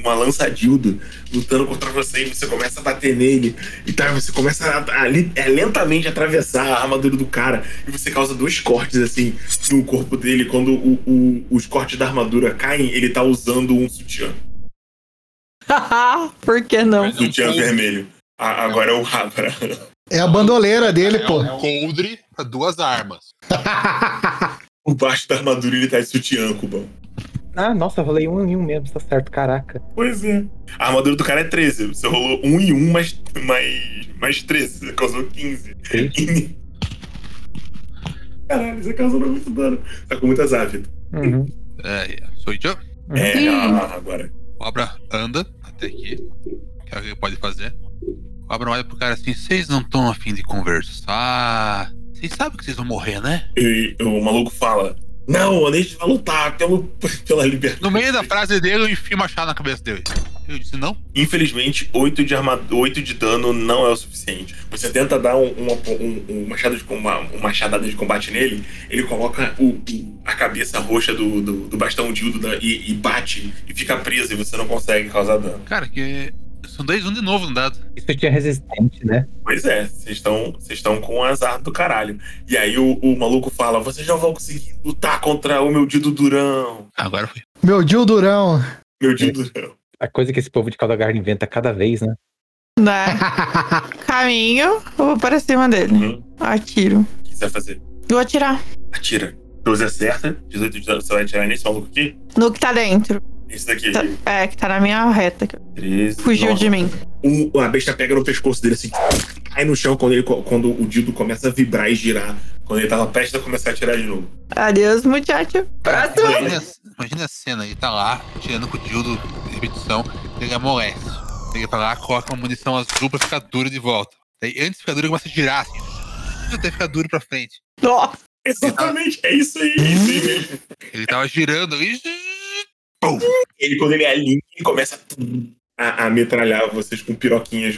Speaker 2: uma lança dildo lutando contra você e você começa a bater nele. E tá, você começa a, a li- é, lentamente atravessar a armadura do cara e você causa dois cortes assim no corpo dele. Quando o- o- os cortes da armadura caem, ele tá usando um sutiã.
Speaker 6: Por que não?
Speaker 4: É um
Speaker 2: Sutiã
Speaker 4: coldre.
Speaker 2: vermelho. A- agora é o Rabra.
Speaker 5: É a bandoleira dele,
Speaker 4: é
Speaker 5: pô.
Speaker 4: um coldre pra duas armas.
Speaker 2: Por baixo da armadura ele tá de sutiã, Cubão.
Speaker 7: Ah, nossa, eu rolei um em um mesmo, tá certo, caraca.
Speaker 2: Pois é. A armadura do cara é 13. Você rolou 1 e 1 mais, mais, mais 13. Você causou 15. Caralho, você causou muito dano. Tá com muitas aves.
Speaker 7: Uhum.
Speaker 4: É, sou idiota.
Speaker 2: É, ah, agora.
Speaker 4: O Abra anda até aqui. Que é o que ele pode fazer. O Abra olha pro cara assim, vocês não estão afim de conversar. Vocês sabem que vocês vão morrer, né?
Speaker 2: E o maluco fala: Não, a gente vai lutar pelo, pela liberdade.
Speaker 4: No meio da frase dele, eu enfio o machado na cabeça dele. Eu disse, não,
Speaker 2: Infelizmente, 8 de, arma... 8 de dano não é o suficiente. Você tenta dar um, uma, um, um machado de, com- uma, uma machadada de combate nele, ele coloca o, o- a cabeça roxa do, do, do bastão dildo da- e, e bate e fica preso e você não consegue causar dano.
Speaker 4: Cara, que. São dois um de novo no dado.
Speaker 7: Isso tinha resistente, né?
Speaker 2: Pois é, vocês estão vocês estão com azar do caralho. E aí o, o maluco fala: Vocês não vão conseguir lutar contra o meu Dido Durão.
Speaker 4: Ah, Agora foi.
Speaker 5: Meu Dildurão.
Speaker 2: Meu Dido
Speaker 6: É.
Speaker 2: Durão.
Speaker 7: A coisa que esse povo de Caldagar inventa cada vez, né?
Speaker 6: Né? Caminho, eu vou para cima dele.
Speaker 2: Hum,
Speaker 6: Atiro.
Speaker 2: O que você vai fazer?
Speaker 6: Vou atirar
Speaker 2: Atira. 12 acerta, 18 de dano. Você vai atirar nesse maluco aqui?
Speaker 6: no que tá dentro.
Speaker 2: Esse daqui.
Speaker 6: Tá- É, que tá na minha reta. que
Speaker 2: 13.
Speaker 6: Fugiu de mim.
Speaker 2: um, a besta pega no pescoço dele assim, cai no chão quando, ele, co- quando o Dildo começa a vibrar e girar. Quando ele tava prestes a começar a atirar de novo.
Speaker 6: Adeus, muchacho. Próximo.
Speaker 4: Imagina, imagina a cena, ele tá lá, tirando com o Dildo de repetição, ele amolece. Ele vai pra lá, coloca uma munição azul pra ficar duro de volta. Daí antes de ficar duro, ele começa a girar assim. Até ficar duro pra frente.
Speaker 6: Nossa.
Speaker 2: Exatamente, é isso aí. é isso aí mesmo.
Speaker 4: Ele tava girando ali.
Speaker 2: Ele, quando ele alinha, ele começa a, a metralhar vocês com piroquinhas.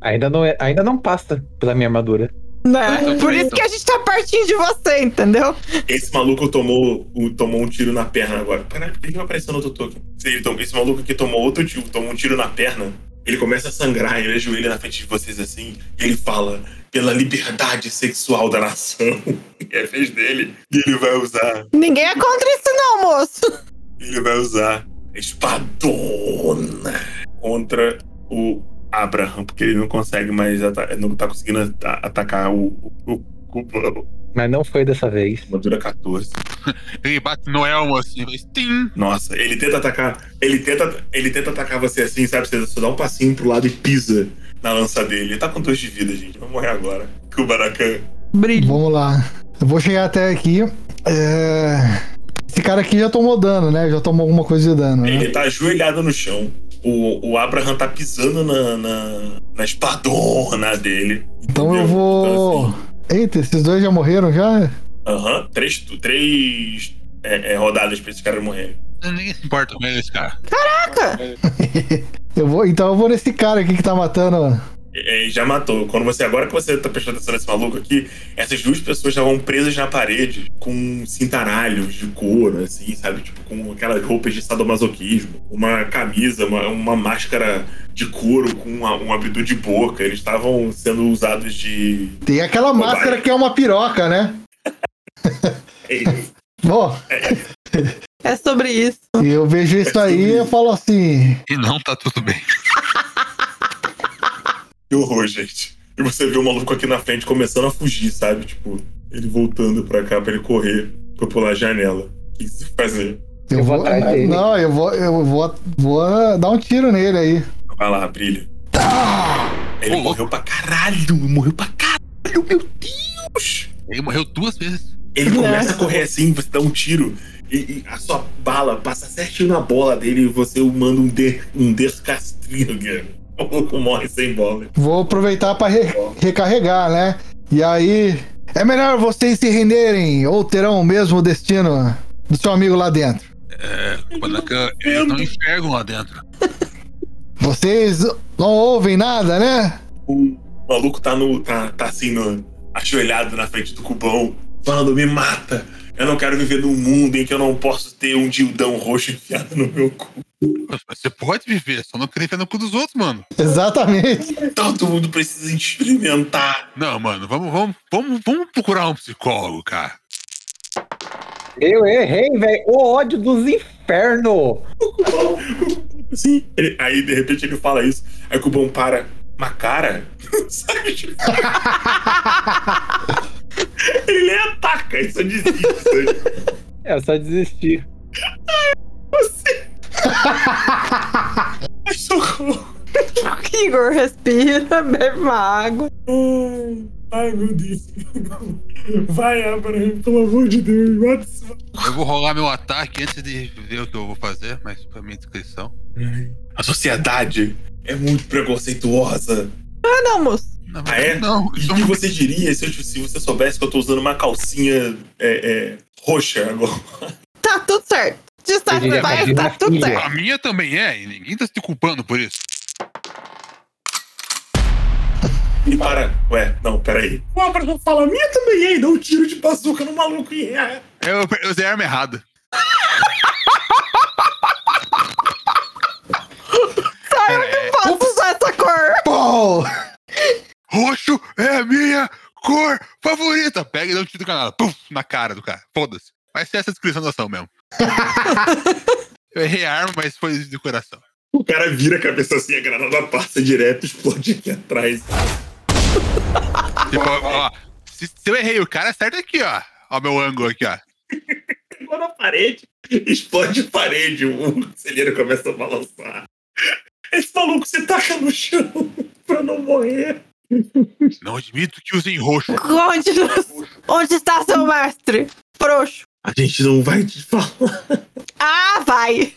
Speaker 7: Ainda não, é- ainda não passa pela minha armadura.
Speaker 6: Né? Por isso que a gente tá partindo de você, entendeu?
Speaker 2: Esse maluco tomou, o- tomou um tiro na perna agora. Caralho, por que ele vai aparecendo outro token? Se ele tom- Esse maluco que tomou outro tiro, tomou um tiro na perna. Ele começa a sangrar, ele ajoelha na frente de vocês assim, e ele fala pela liberdade sexual da nação. é a vez dele. E ele vai usar,
Speaker 6: Ninguém é contra isso, não, moço.
Speaker 2: ele vai usar a espadona contra o Abraham, porque ele não consegue mais, ata- não tá conseguindo ata- atacar o, o, o Cubão.
Speaker 7: Mas não foi dessa vez.
Speaker 2: Armadura 14.
Speaker 4: Ele bate no elmo assim, faz tim.
Speaker 2: Nossa, ele tenta atacar. Ele tenta, ele tenta atacar você assim, sabe? Você só dá um passinho pro lado e pisa na lança dele. Ele tá com dois de vida, gente. Vai morrer agora. Que o Baracan.
Speaker 6: Brilho.
Speaker 5: Vamos lá. Eu vou chegar até aqui. É, Esse cara aqui já tomou dano, né? Já tomou alguma coisa de dano, né?
Speaker 2: Ele tá ajoelhado no chão. O, o Abraham tá pisando na, na, na espadona dele.
Speaker 5: Então eu
Speaker 2: entendeu?
Speaker 5: vou.
Speaker 2: Então, assim,
Speaker 5: Eita, esses dois já morreram já?
Speaker 2: Aham. três três é, é, rodadas pra esses caras morrerem.
Speaker 4: Ninguém se importa com ele, esse cara.
Speaker 5: Eu vou... Então eu vou nesse cara aqui que tá matando.
Speaker 2: É, é, já matou. Quando você, agora que você tá prestando atenção nesse maluco aqui, essas duas pessoas estavam presas na parede com cintaralhos de couro, assim, sabe? Tipo, com aquelas roupas de sadomasoquismo, uma camisa, uma, uma máscara de couro com uma- um abridor de boca. Eles estavam sendo usados de.
Speaker 5: Tem aquela
Speaker 2: Cobaia.
Speaker 5: máscara que é uma piroca, né? Bom,
Speaker 6: É sobre isso.
Speaker 5: eu vejo isso aí e eu falo assim.
Speaker 4: E não tá tudo bem.
Speaker 2: que horror, gente. E você vê o maluco aqui na frente começando a fugir, sabe? Tipo, ele voltando pra cá pra ele correr pra pular a janela. O que você vai fazer?
Speaker 7: Eu vou atrás dele.
Speaker 5: Não, eu vou, eu vou, vou dar um tiro nele aí.
Speaker 2: Vai lá, brilha. Ele
Speaker 4: Ô,
Speaker 2: morreu pra caralho, morreu pra caralho, meu Deus!
Speaker 4: Ele morreu duas vezes.
Speaker 2: Ele começa a correr assim, você dá um tiro e, e a sua bala passa certinho na bola dele e você manda um, de, um descastrinho, cara. O maluco morre sem bola.
Speaker 5: Vou aproveitar para recarregar, né? E aí, é melhor vocês se renderem ou terão o mesmo destino do seu amigo lá dentro.
Speaker 4: É, culpa da Khan, eles não enxergam lá dentro.
Speaker 5: Vocês não ouvem nada, né?
Speaker 2: O maluco tá no. tá, tá assim, no, ajoelhado na frente do cubão. Mano, me mata. Eu não quero viver num mundo em que eu não posso ter um dildão roxo enfiado no meu cu.
Speaker 4: Você pode viver, só não querer enfiar no cu dos outros, mano.
Speaker 5: Exatamente.
Speaker 2: Todo mundo precisa experimentar.
Speaker 4: Não, mano, vamos, vamos, vamos, vamos procurar um psicólogo, cara.
Speaker 7: Eu errei, velho. O ódio dos infernos.
Speaker 2: Assim, ele- aí de repente ele fala isso. Aí o Cubão para. Mas cara? Sabe? tipo- ele ataca, isso é né? desiste. sabe?
Speaker 7: É, eu só desisti.
Speaker 2: Ai, socorro.
Speaker 6: Igor, respira, bebe uma água.
Speaker 2: Ai, meu Deus. Vai, Abraham, pelo amor de Deus, mata esse
Speaker 4: Eu vou rolar meu ataque antes de ver o que eu vou fazer, mas pra minha descrição.
Speaker 2: A sociedade é muito preconceituosa.
Speaker 6: Ah, não, moço.
Speaker 4: Não,
Speaker 2: Ah, é?
Speaker 4: não,
Speaker 2: E
Speaker 4: isso um
Speaker 2: o que você diria se, eu- se você soubesse que eu tô usando uma calcinha é, é, roxa agora?
Speaker 6: Tá tudo certo.
Speaker 7: diria pra
Speaker 6: Dessatisfaz, tá
Speaker 7: Dina
Speaker 6: tudo
Speaker 7: filha.
Speaker 4: A
Speaker 6: certo.
Speaker 4: minha também é, e ninguém tá se culpando por isso.
Speaker 2: E para. Ué, não, peraí. O Abraham fala, "A minha também é, e dá um tiro de bazuca no maluco e é.
Speaker 4: Eu, eu usei a arma errada.
Speaker 6: Só eu que posso usar essa cor.
Speaker 5: Pô!
Speaker 4: Roxo é a minha cor favorita! Pega e dá um tiro do canal. Puf, na cara do cara. Foda-se. Vai ser essa é descrição da ação mesmo. eu errei a arma, mas foi de coração.
Speaker 2: O cara vira a cabeça assim, a granada passa direto, explode aqui atrás.
Speaker 4: Tipo, ó, ó, se, se eu errei o cara, acerta aqui, ó. Ó, meu ângulo aqui, ó.
Speaker 2: Pegou na parede, explode a parede, o celeiro começa a balançar. Esse maluco se taca no chão pra não morrer.
Speaker 4: Não admito que usem roxo.
Speaker 6: Onde, onde está seu mestre? Frouxo.
Speaker 2: A gente não vai te falar.
Speaker 6: Ah, vai.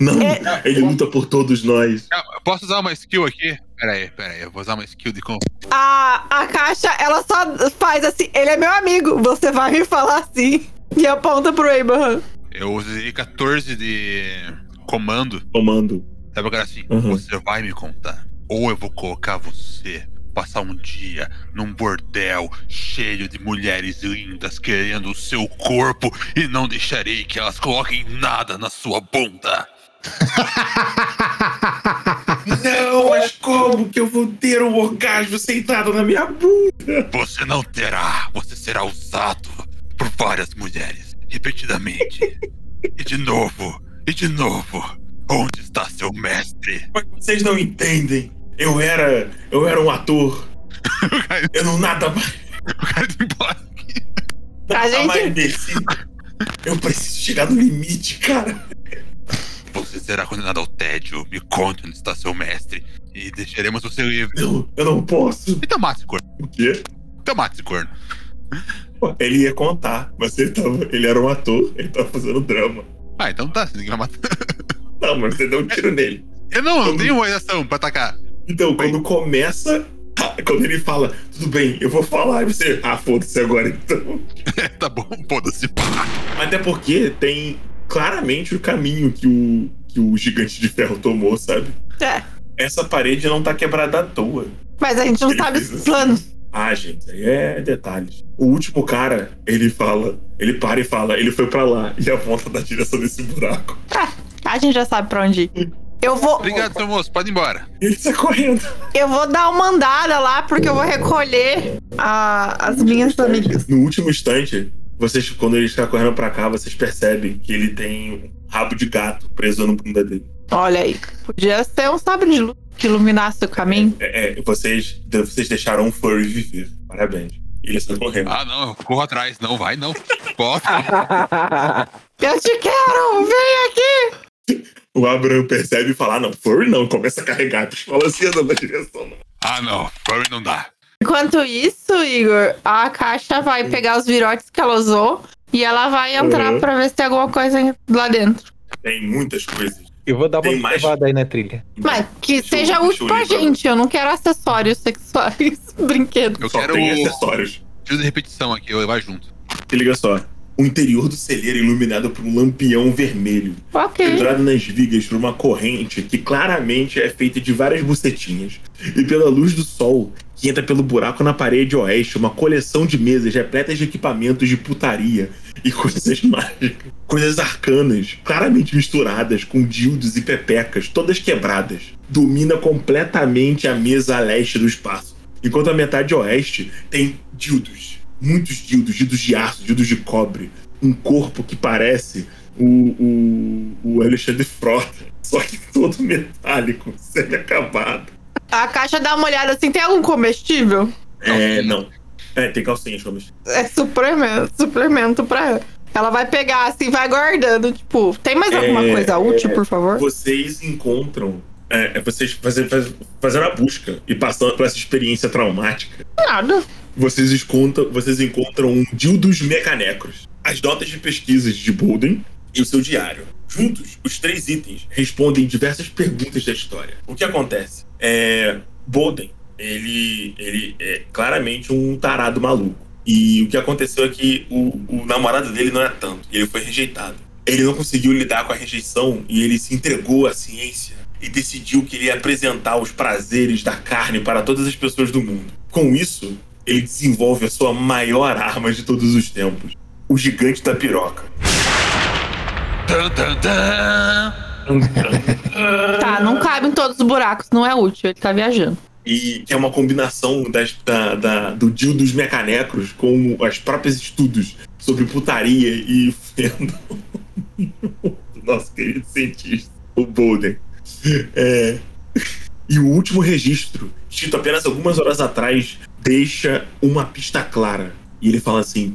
Speaker 2: Não,
Speaker 6: É-
Speaker 2: ele luta por todos nós.
Speaker 4: Ah, eu Posso usar uma skill aqui? Pera aí, pera aí. Eu vou usar uma skill de com.
Speaker 6: A, a caixa, ela só faz assim. Ele é meu amigo. Você vai me falar assim. E aponta pro Abraham.
Speaker 4: Eu usei 14 de comando.
Speaker 2: Comando.
Speaker 4: Sabe aquela assim?
Speaker 2: Uhum.
Speaker 4: Você vai me contar. Ou eu vou colocar você passar um dia num bordel cheio de mulheres lindas querendo o seu corpo e não deixarei que elas coloquem nada na sua bunda.
Speaker 2: Não, mas como que eu vou ter um orgasmo sentado na minha bunda?
Speaker 4: Você não terá. Você será usado por várias mulheres repetidamente. e de novo, e de novo. Onde está seu mestre?
Speaker 2: Mas vocês não entendem. Eu era. Eu era um ator. Eu não nada mais.
Speaker 4: Eu quero ir embora.
Speaker 6: A
Speaker 2: Nada mais
Speaker 6: gente.
Speaker 2: decido. Eu preciso chegar no limite, cara.
Speaker 4: Você será condenado ao tédio. Me conte onde está seu mestre e deixaremos você livre.
Speaker 2: Não, eu não posso.
Speaker 4: Então mate esse corno.
Speaker 2: O quê?
Speaker 4: Então mate esse corno.
Speaker 2: Ele ia contar, mas ele, tava, ele era um ator, ele tava fazendo drama.
Speaker 4: Ah, então tá. Você tem que matar.
Speaker 2: Não, mas você deu um tiro nele.
Speaker 4: Eu não, eu não tenho mais ação pra atacar.
Speaker 2: Então, quando começa. ah, Quando ele fala, tudo bem, eu vou falar, e você. Ah, foda-se agora então.
Speaker 4: É, tá bom, foda-se.
Speaker 2: Até porque tem claramente o caminho que o, que o gigante de ferro tomou, sabe?
Speaker 6: É.
Speaker 2: Essa parede não tá quebrada à toa.
Speaker 6: Mas a gente não sabe os planos.
Speaker 2: Ah, gente, aí é detalhes. O último cara, ele fala, ele para e fala, ele foi pra lá e aponta na direção desse buraco.
Speaker 6: Ah, A gente já sabe pra onde ir. Eu vou,
Speaker 4: Obrigado, seu moço. Pode ir embora.
Speaker 2: E ele sai correndo.
Speaker 6: eu vou dar uma andada lá, porque eu vou recolher a- as minhas amigas.
Speaker 2: No último instante, vocês, quando ele está correndo pra cá, vocês percebem que ele tem um rabo de gato preso no bunda dele.
Speaker 6: Olha aí. Podia ser um sabre de luz que iluminasse o caminho.
Speaker 2: É, é, vocês, vocês deixaram o Furry viver. Parabéns. E ele sai correndo.
Speaker 4: Ah, não, eu corro atrás. Não, vai não. Volta.
Speaker 6: Eu te quero! Vem aqui!
Speaker 2: O Abraham percebe e fala: "Ah, não, Furry não, começa a carregar. Fala assim, anda na direção. não.
Speaker 4: Ah, não. Furry não dá.
Speaker 6: Enquanto isso, Igor, a caixa vai pegar os virotes que ela usou e ela vai entrar
Speaker 2: Uhum.
Speaker 6: pra ver se tem alguma coisa lá dentro.
Speaker 2: Tem muitas coisas.
Speaker 7: Eu vou dar uma
Speaker 2: Tem mais?
Speaker 7: observada aí na trilha.
Speaker 6: Mas que
Speaker 2: Deixa eu-
Speaker 6: seja
Speaker 2: deixa
Speaker 6: útil
Speaker 2: eu
Speaker 6: pra
Speaker 2: ir pra-
Speaker 6: gente. Eu não quero acessórios sexuais, brinquedos.
Speaker 4: Eu
Speaker 2: Só
Speaker 4: quero
Speaker 2: tem
Speaker 4: o
Speaker 2: acessórios.
Speaker 4: tiro de repetição aqui. Eu vai junto.
Speaker 2: Se liga só. O interior do celeiro é iluminado por um lampião vermelho,
Speaker 6: Ok.
Speaker 2: pendurado nas vigas por uma corrente que claramente é feita de várias bucetinhas. E pela luz do sol, que entra pelo buraco na parede oeste, uma coleção de mesas repletas de equipamentos de putaria e coisas mágicas, coisas arcanas, claramente misturadas com dildos e pepecas, todas quebradas. Domina completamente a mesa a leste do espaço, enquanto a metade oeste tem dildos, muitos dildos, dildos de aço, dildos de cobre, um corpo que parece o, o, o Alexandre Frota, só que todo metálico, semi-acabado.
Speaker 6: A caixa dá uma olhada assim, tem algum comestível?
Speaker 2: É, não. É, tem calcinha, Chamas.
Speaker 6: É suplemento, suplemento pra ela. vai pegar assim, vai guardando, tipo, tem mais alguma
Speaker 2: É,
Speaker 6: coisa útil, por favor?
Speaker 2: Vocês encontram. É, é, vocês faze- faz- fazendo a busca e passando por essa experiência traumática,
Speaker 6: Nada.
Speaker 2: vocês, escontam, vocês encontram um dildos mecanecros, as notas de pesquisas de Bolden e o seu diário. Juntos, os três itens respondem diversas perguntas da história. O que acontece? É, Bolden, ele, ele é claramente um tarado maluco. E o que aconteceu é que o, o namorado dele não era tanto, ele foi rejeitado. Ele não conseguiu lidar com a rejeição e ele se entregou à ciência e decidiu que ele ia apresentar os prazeres da carne para todas as pessoas do mundo. Com isso, ele desenvolve a sua maior arma de todos os tempos: o gigante da piroca.
Speaker 4: Tan, tan, tan.
Speaker 6: Tá, não cabe em todos os buracos, não é útil, ele tá viajando.
Speaker 2: E que é uma combinação das, da, da, do dildo dos mecanecros com as próprias estudos sobre putaria e fendo. Nosso querido cientista, o Bolden. É. E o último registro, escrito apenas algumas horas atrás, deixa uma pista clara. E ele fala assim: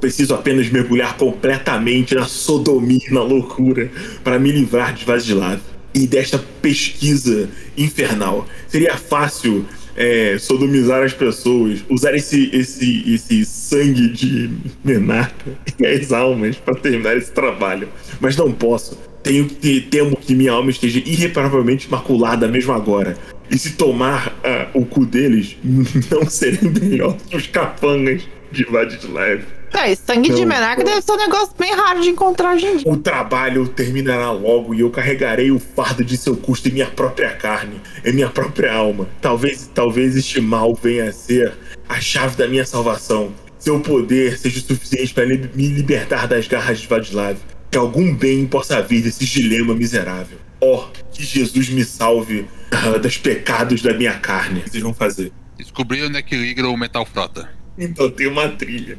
Speaker 2: preciso apenas mergulhar completamente na sodomia, e na loucura, para me livrar de Vasilado e desta pesquisa infernal. Seria fácil é, sodomizar as pessoas, usar esse, esse, esse sangue de menarca e as almas para terminar esse trabalho. Mas não posso. Tenho que temo que minha alma esteja irreparavelmente maculada mesmo agora. E se tomar ah, o cu deles, não serei melhor que os capangas de Vadislav.
Speaker 6: Tá, esse sangue de
Speaker 2: Não.
Speaker 6: menarca deve ser um negócio bem raro de encontrar hoje em dia.
Speaker 2: O trabalho terminará logo e eu carregarei o fardo de seu custo em minha própria carne, em minha própria alma. Talvez, talvez este mal venha a ser a chave da minha salvação. Seu poder seja o suficiente para li- me libertar das garras de Vladislav. Que algum bem possa vir desse dilema miserável. Oh, que Jesus me salve ah, dos pecados da minha carne. O que vocês vão fazer?
Speaker 4: Descobri onde é que liga o Metal Frota.
Speaker 2: Então tem uma trilha.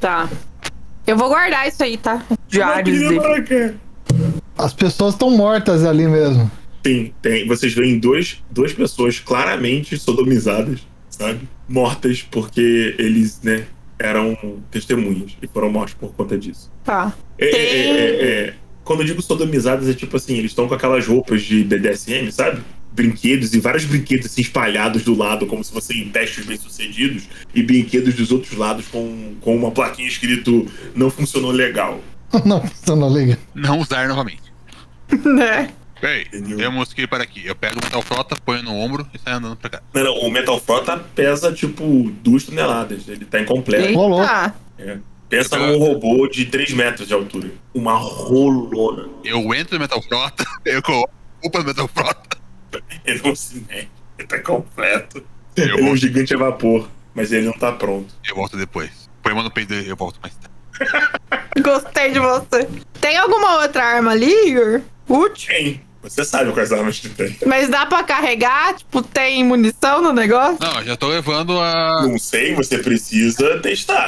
Speaker 6: Tá. Eu vou guardar isso aí, tá?
Speaker 2: Uma
Speaker 6: Diários
Speaker 2: trilha
Speaker 6: dele.
Speaker 2: para quê?
Speaker 5: As pessoas estão mortas ali mesmo.
Speaker 2: Tem, tem. Vocês veem dois, duas pessoas claramente sodomizadas, sabe? Mortas porque eles, né, eram testemunhas e foram mortos por conta disso.
Speaker 6: Tá.
Speaker 2: É, é, é, é, é. Quando eu digo sodomizadas, é tipo assim, eles estão com aquelas roupas de BDSM, sabe? Brinquedos e vários brinquedos assim, espalhados do lado, como se fossem testes bem-sucedidos, e brinquedos dos outros lados com, com uma plaquinha escrito não funcionou legal.
Speaker 5: Não funciona liga.
Speaker 4: Não usar novamente.
Speaker 6: Né?
Speaker 4: Peraí,
Speaker 2: Entendeu?
Speaker 4: temos que ir para aqui. Eu pego o Metal Frota, ponho no ombro e saio andando pra cá.
Speaker 2: Não, não, o Metal Frota pesa tipo duas toneladas, ele tá incompleto.
Speaker 5: Ô, louco.
Speaker 6: Tá.
Speaker 2: É. Pensa num robô de 3 metros de altura. Uma rolona.
Speaker 4: Eu entro no Metal Frota, eu coloco a culpa no Metal Frota.
Speaker 2: Ele não se mexe. Ele tá completo.
Speaker 4: Eu
Speaker 2: Ele é um
Speaker 4: volto,
Speaker 2: gigante a vapor, mas ele não tá pronto.
Speaker 4: eu volto depois. Põe a mão no peito dele, eu volto mais tarde.
Speaker 6: Gostei de você. Tem alguma outra arma ali, Igor? Útil?
Speaker 2: Tem. Você sabe quais armas que tem.
Speaker 6: Mas dá pra carregar? Tipo, tem munição no negócio?
Speaker 4: Não, eu já tô levando a.
Speaker 2: Não sei, você precisa testar.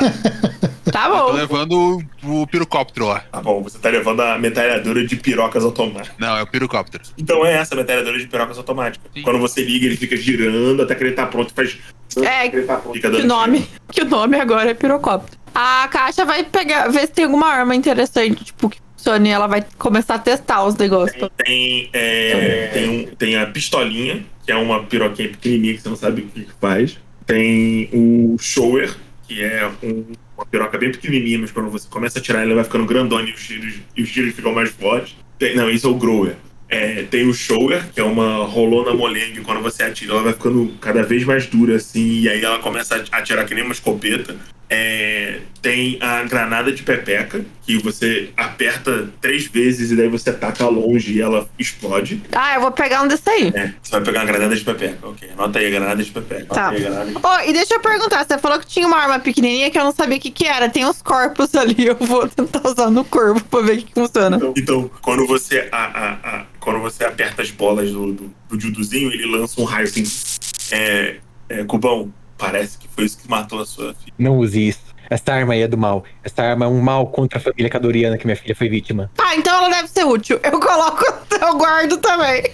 Speaker 6: Tá
Speaker 4: Eu tô
Speaker 6: bom.
Speaker 4: levando o, o pirocóptero lá.
Speaker 2: Tá bom, você tá levando a metralhadora de pirocas automáticas.
Speaker 4: Não, é o pirocóptero.
Speaker 2: Então é essa a metralhadora de pirocas automáticas.
Speaker 4: Sim.
Speaker 2: Quando você liga, ele fica girando até que ele tá pronto e faz.
Speaker 6: É,
Speaker 2: ele tá pronto. Fica
Speaker 6: Que o
Speaker 2: dando
Speaker 6: nome, que o nome agora é pirocóptero. A caixa vai pegar, ver se tem alguma arma interessante, tipo, que funcione. e Ela vai começar a testar os negócios.
Speaker 2: Tem, é, tem, um- tem a pistolinha, que é uma piroquinha pequenininha que você não sabe o que que faz. Tem o shower, que é um- uma piroca bem pequenininha, mas quando você começa a tirar ela vai ficando grandona e os tiros, e os tiros ficam mais fortes. Tem- não, isso é o grower. É, tem o shower, que é uma rolona molengue, quando você atira ela vai ficando cada vez mais dura assim, e aí ela começa a atirar que nem uma escopeta. É, É, tem a granada de pepeca, que você aperta três vezes e daí você ataca longe e ela explode.
Speaker 6: Ah, eu vou pegar um desse aí.
Speaker 2: É, você vai pegar uma granada de pepeca. Ok, anota aí a granada de pepeca. anota
Speaker 6: Tá.
Speaker 2: aí a granada de-
Speaker 6: Oh, e deixa eu perguntar, você falou que tinha uma arma pequenininha que eu não sabia o que que era. Tem uns corpos ali, eu vou tentar usar no corpo pra ver o que que funciona.
Speaker 2: Então, então, quando você a, a- a- quando você aperta as bolas do, do, do Juduzinho, ele lança um raio assim. É, é, Cubão, parece que foi isso que matou a sua filha.
Speaker 7: Não use isso. Essa arma aí é do mal. Essa arma é um mal contra a família cadoriana que minha filha foi vítima.
Speaker 6: Ah, então ela deve ser útil. Eu coloco, eu guardo também.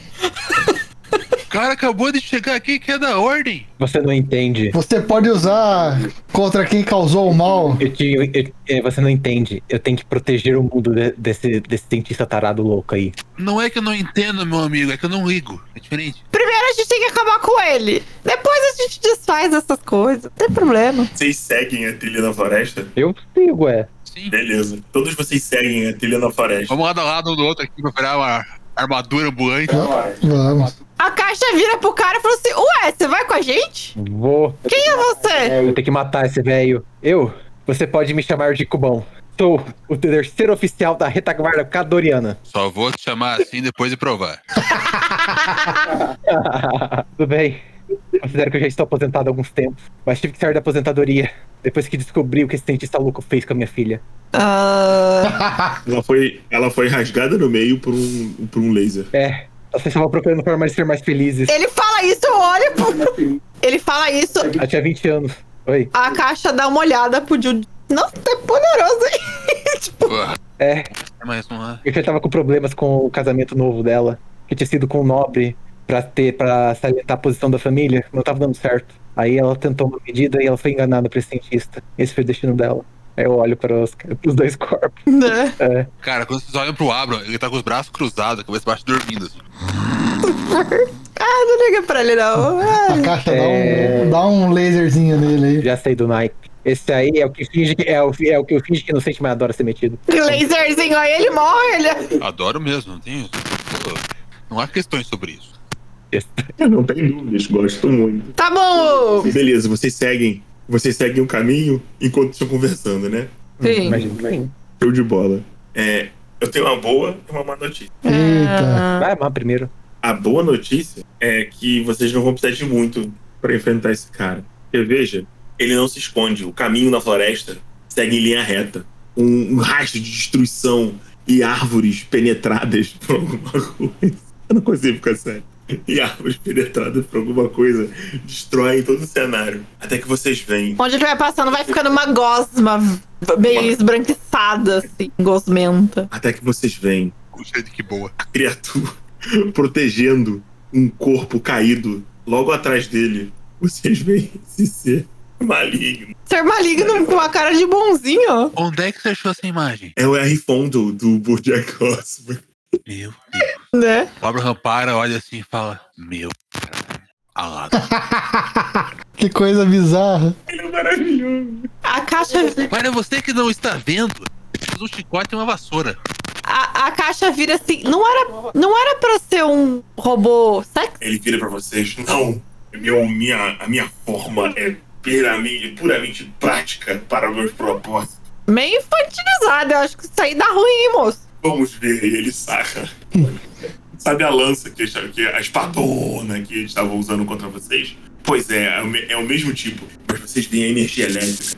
Speaker 4: O cara acabou de chegar aqui que é da ordem.
Speaker 7: Você não entende.
Speaker 5: Você pode usar contra quem causou o mal.
Speaker 7: Eu te, eu- eu- é, você não entende. Eu tenho que proteger o mundo de- desse, desse cientista tarado louco aí.
Speaker 4: Não é que eu não entendo, meu amigo, é que eu não ligo. É diferente.
Speaker 6: Primeiro a gente tem que acabar com ele. Depois a gente desfaz essas coisas. Não tem problema.
Speaker 2: Vocês seguem a trilha na floresta?
Speaker 7: Eu sigo, é.
Speaker 4: Sim.
Speaker 2: Beleza. Todos vocês seguem a trilha na floresta.
Speaker 4: Vamos lado a lado um do outro aqui pra virar uma armadura ambulante.
Speaker 5: Vamos.
Speaker 6: A caixa vira pro cara e fala assim: Ué, você vai com a gente?
Speaker 7: Vou.
Speaker 6: Quem é você?
Speaker 7: Eu tenho que matar esse velho. Eu? Você pode me chamar de Cubão. Sou o terceiro oficial da retaguarda cadoriana.
Speaker 4: Só vou te chamar assim depois de provar.
Speaker 7: Tudo bem. Considero que eu já estou aposentado há alguns tempos, mas tive que sair da aposentadoria depois que descobri o que esse cientista louco fez com a minha filha.
Speaker 6: Ah,
Speaker 2: Ela foi, ela foi rasgada no meio por um, por um laser.
Speaker 7: É, vocês estavam procurando formas de ser mais felizes.
Speaker 6: ele fala isso, eu olho pro. Ele fala isso,
Speaker 7: Ela tinha 20 anos. Oi.
Speaker 6: a caixa dá uma olhada pro Jude. Nossa, é poderoso, hein? tipo,
Speaker 4: Porra,
Speaker 7: É,
Speaker 4: é mais uma.
Speaker 7: eu já tava com problemas com o casamento novo dela, que tinha sido com o nobre pra ter para salientar a posição da família, não tava dando certo. Aí ela tentou uma medida e ela foi enganada por esse cientista. Esse foi o destino dela. Aí eu olho para os, pros dois corpos. É.
Speaker 6: né?
Speaker 4: Cara, quando vocês olham pro Abra, ele tá com os braços cruzados, a cabeça baixa dormindo. assim.
Speaker 6: Ah, não liga pra ele, não. Ah,
Speaker 5: A caixa
Speaker 7: É.
Speaker 5: dá, um, dá um laserzinho nele aí.
Speaker 7: Já sei do Nike. Esse aí é o que finge que é o, fi- é o que eu finge que não sente, mas adora ser metido.
Speaker 6: Laserzinho, aí ele morre, ele.
Speaker 4: Adoro mesmo, não tem. Não há questões sobre isso.
Speaker 2: Eu não tenho dúvidas, gosto muito.
Speaker 6: Tá bom!
Speaker 2: Beleza, vocês seguem. Vocês seguem o caminho enquanto estão conversando, né?
Speaker 6: Sim.
Speaker 7: Imagina que sim.
Speaker 2: Show de bola. É, eu tenho uma boa e uma má notícia.
Speaker 5: Eita.
Speaker 7: Vai amar primeiro.
Speaker 2: A boa notícia é que vocês não vão precisar de muito pra enfrentar esse cara. Porque veja, ele não se esconde. O caminho na floresta segue em linha reta. Um, um rastro de destruição e árvores penetradas por alguma coisa. Eu não consigo ficar sério. E árvores penetradas por alguma coisa destroem todo o cenário. Até que vocês veem
Speaker 6: Onde ele vai passando, vai ficando uma gosma meio esbranquiçada, assim, gosmenta.
Speaker 2: Até que vocês veem
Speaker 4: Puxa, de que boa.
Speaker 2: a criatura protegendo um corpo caído logo atrás dele. Vocês veem esse ser maligno.
Speaker 6: Ser maligno com uma cara de bonzinho.
Speaker 4: Onde é que você achou essa imagem?
Speaker 2: É o R. Fondo do Bojack Horseman.
Speaker 4: Meu Deus.
Speaker 6: Né?
Speaker 4: O Abra Rampara olha assim e fala: Meu caralho. Alado.
Speaker 5: Que coisa bizarra.
Speaker 2: Ele é maravilhoso.
Speaker 6: A caixa,
Speaker 4: Mas é você que não está vendo. Precisa de um chicote e uma vassoura.
Speaker 6: a, a caixa vira assim. Não era, não era pra ser um robô sexy?
Speaker 2: Ele vira pra vocês. Não! é Meu, minha, a minha forma é puramente, puramente prática para meus propósitos.
Speaker 6: Meio infantilizado. Eu acho que isso aí dá ruim, hein, moço.
Speaker 2: Vamos ver. E ele saca. Sabe a lança que, eles- que a espadona que eles estavam usando contra vocês? Pois é, é o, me- é o mesmo tipo, mas vocês veem a energia elétrica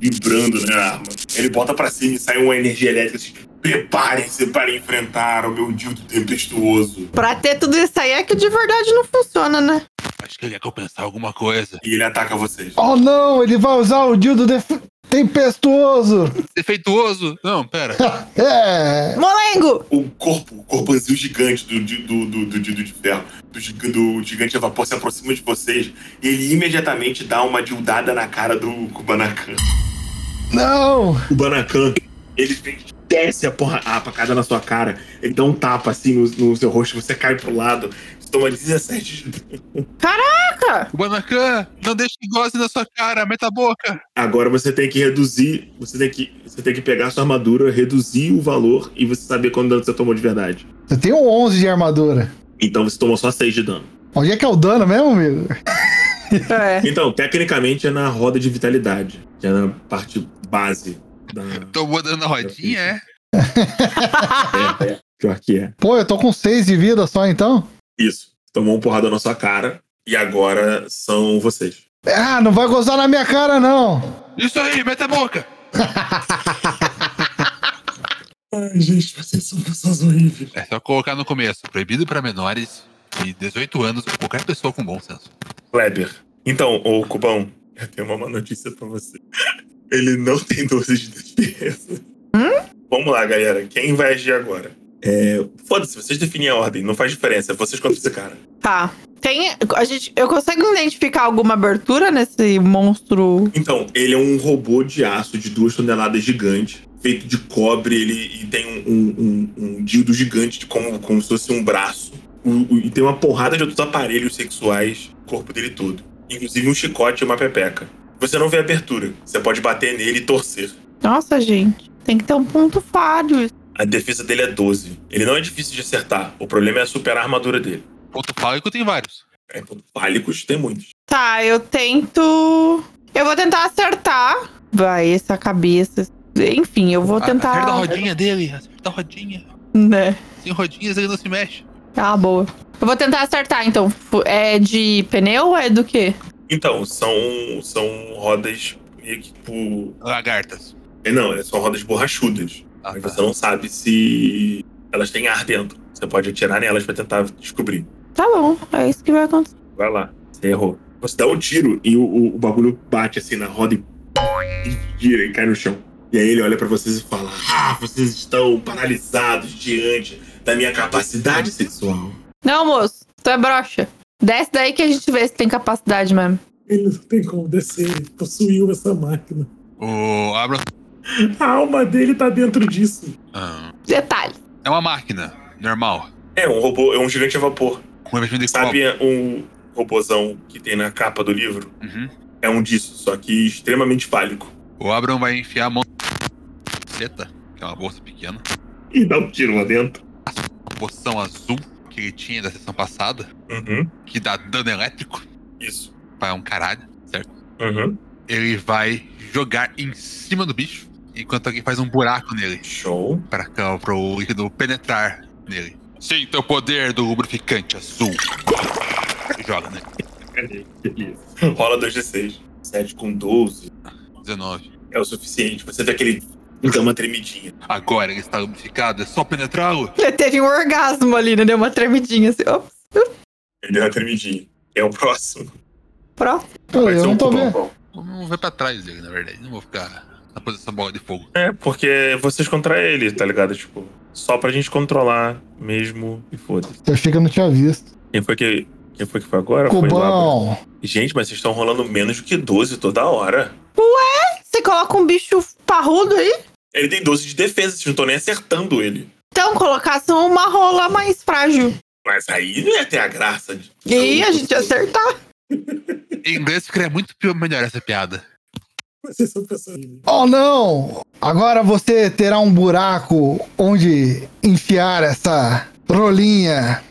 Speaker 2: vibrando na arma. Ele bota pra cima e sai uma energia elétrica. Assim, Preparem-se para enfrentar o meu dildo tempestuoso.
Speaker 6: Pra ter tudo isso aí é que de verdade não funciona, né?
Speaker 4: Acho que ele ia compensar alguma coisa.
Speaker 2: E ele ataca vocês.
Speaker 5: Oh não, ele vai usar o dildo def- tempestuoso.
Speaker 4: Defeituoso. Não, pera.
Speaker 5: É.
Speaker 6: Molengo!
Speaker 2: O corpo, o corpanzil gigante do di- do do, do dildo de ferro, do, giga- do gigante a vapor se aproxima de vocês e ele imediatamente dá uma dildada na cara do Kubanakan.
Speaker 5: Não.
Speaker 2: o Banacan, ele desce a porra a facada na sua cara, ele dá um tapa assim no, no seu rosto, você cai pro lado, você toma 17 de...
Speaker 4: O Banacan, não deixe que goze na sua cara, meta a boca.
Speaker 2: Agora você tem que reduzir, você tem que, você tem que pegar a sua armadura, reduzir o valor e você saber quanto dano você tomou de verdade.
Speaker 5: Eu tenho 11 de armadura.
Speaker 2: Então você tomou só 6 de dano.
Speaker 5: Onde é que é o dano mesmo, amigo?
Speaker 6: É.
Speaker 2: Então, tecnicamente é na roda de vitalidade. que era a parte base da.
Speaker 4: Tomou dando rodinha, é?
Speaker 2: É, é, pior que é.
Speaker 5: Pô, eu tô com 6 de vida só então?
Speaker 2: Isso. Tomou uma porrada na sua cara e agora são vocês.
Speaker 5: Ah, não vai gozar na minha cara, não.
Speaker 4: é? Isso aí, mete a boca!
Speaker 2: Ai, gente, vocês são pessoas horríveis.
Speaker 4: É só colocar no começo. Proibido pra menores de 18 anos, por qualquer pessoa com bom senso.
Speaker 2: Kleber. Então, ô Cubão, eu tenho uma má notícia pra você. Ele não tem 12 de defesa. Vamos lá, galera. Quem vai agir agora? É, Foda-se, vocês definem a ordem, não faz diferença. Vocês contra esse cara.
Speaker 6: Tá. Tem. A gente, eu consigo identificar alguma abertura nesse monstro?
Speaker 2: Então, ele é um robô de aço de duas toneladas gigante, feito de cobre, ele e tem um, um, um- um dildo gigante de como, como se fosse um braço. O- o- e tem uma porrada de outros aparelhos sexuais, no corpo dele todo. Inclusive um chicote e uma pepeca. Você não vê a abertura, você pode bater nele e torcer.
Speaker 6: Nossa, gente. Tem que ter um ponto falho. isso.
Speaker 2: A defesa dele é 12. Ele não é difícil de acertar, o problema é superar a armadura dele.
Speaker 4: Ponto fálico tem vários.
Speaker 2: É, ponto fálicos tem muitos.
Speaker 6: Tá, eu tento. Eu vou tentar acertar. Vai, essa cabeça. Enfim, eu vou tentar.
Speaker 4: Ah, Acerta a rodinha dele, acerta a rodinha.
Speaker 6: Né?
Speaker 4: Sem rodinhas ele não se mexe.
Speaker 6: Tá, boa. Eu vou tentar acertar, então. Fu- É de pneu ou é do quê?
Speaker 2: Então, são, são rodas meio que por.
Speaker 4: Lagartas.
Speaker 2: É, Não, são rodas borrachudas.
Speaker 4: Ah,
Speaker 2: Mas
Speaker 4: tá.
Speaker 2: você não sabe se elas têm ar dentro. Você pode atirar nelas pra tentar descobrir.
Speaker 6: Tá bom, é isso que vai acontecer.
Speaker 2: Vai lá. Você errou. Você dá um tiro e o, o- o bagulho bate assim na roda e, e gira e cai no chão. E aí ele olha pra vocês e fala: Ah, vocês estão paralisados diante da minha capacidade sexual.
Speaker 6: Não, moço, tu é broxa. Desce daí que a gente vê se tem capacidade mesmo.
Speaker 2: Ele não tem como descer, ele possuiu essa máquina.
Speaker 4: O Abra.
Speaker 2: A alma dele tá dentro disso.
Speaker 4: Ah,
Speaker 6: Detalhe.
Speaker 4: é uma máquina, normal.
Speaker 2: É, um robô, é um gigante a vapor.
Speaker 4: Com investimento de cobre.
Speaker 2: Sabe um robozão que tem na capa do livro?
Speaker 4: Uhum.
Speaker 2: É um disso, só que extremamente fálico.
Speaker 4: O Abram vai enfiar a mão. Seta, que é uma bolsa pequena.
Speaker 2: E dá um tiro lá dentro.
Speaker 4: Uma poção azul que ele tinha da sessão passada,
Speaker 2: Uhum.
Speaker 4: que dá dano elétrico.
Speaker 2: Isso.
Speaker 4: Vai um caralho, certo?
Speaker 2: Uhum.
Speaker 4: Ele vai jogar em cima do bicho, enquanto alguém faz um buraco nele.
Speaker 2: Show.
Speaker 4: para cá, pro líquido penetrar nele. Sinta o poder do lubrificante azul. Joga, né?
Speaker 2: Cadê? Beleza. Rola 2d6. 7 com 12
Speaker 4: 19.
Speaker 2: é o suficiente. Você vê aquele. Então, uma tremidinha.
Speaker 4: Agora ele está lubrificado, é só penetrá-lo.
Speaker 6: Ele teve um orgasmo ali, né? Deu uma tremidinha assim. Ops,
Speaker 2: Ele deu uma tremidinha. É o próximo.
Speaker 6: pronto.
Speaker 5: Pô,
Speaker 2: Vai ser
Speaker 5: eu
Speaker 2: um
Speaker 5: não tô
Speaker 2: cubão.
Speaker 5: vendo.
Speaker 4: Vamos ver pra trás dele, na verdade. Não vou ficar na posição bola de fogo.
Speaker 2: É, porque vocês contra ele, tá ligado? Tipo, só pra gente controlar mesmo e foda-se.
Speaker 5: Eu achei que eu não tinha visto.
Speaker 2: Quem foi que. Quem foi que foi agora? Foi né? Labra.
Speaker 5: Cubão.
Speaker 2: Gente, mas vocês estão rolando menos do que 12 toda hora.
Speaker 6: Você coloca um bicho parrudo aí?
Speaker 2: Ele tem 12 de defesa, vocês não estão nem acertando ele.
Speaker 6: Então, colocasse uma rola mais frágil.
Speaker 2: Mas aí não ia ter a graça de. Então,
Speaker 6: E aí a gente ia acertar.
Speaker 4: Em inglês ficaria muito pior- melhor essa piada.
Speaker 2: Vocês são pessoas.
Speaker 5: Oh não! Agora você terá um buraco onde enfiar essa rolinha.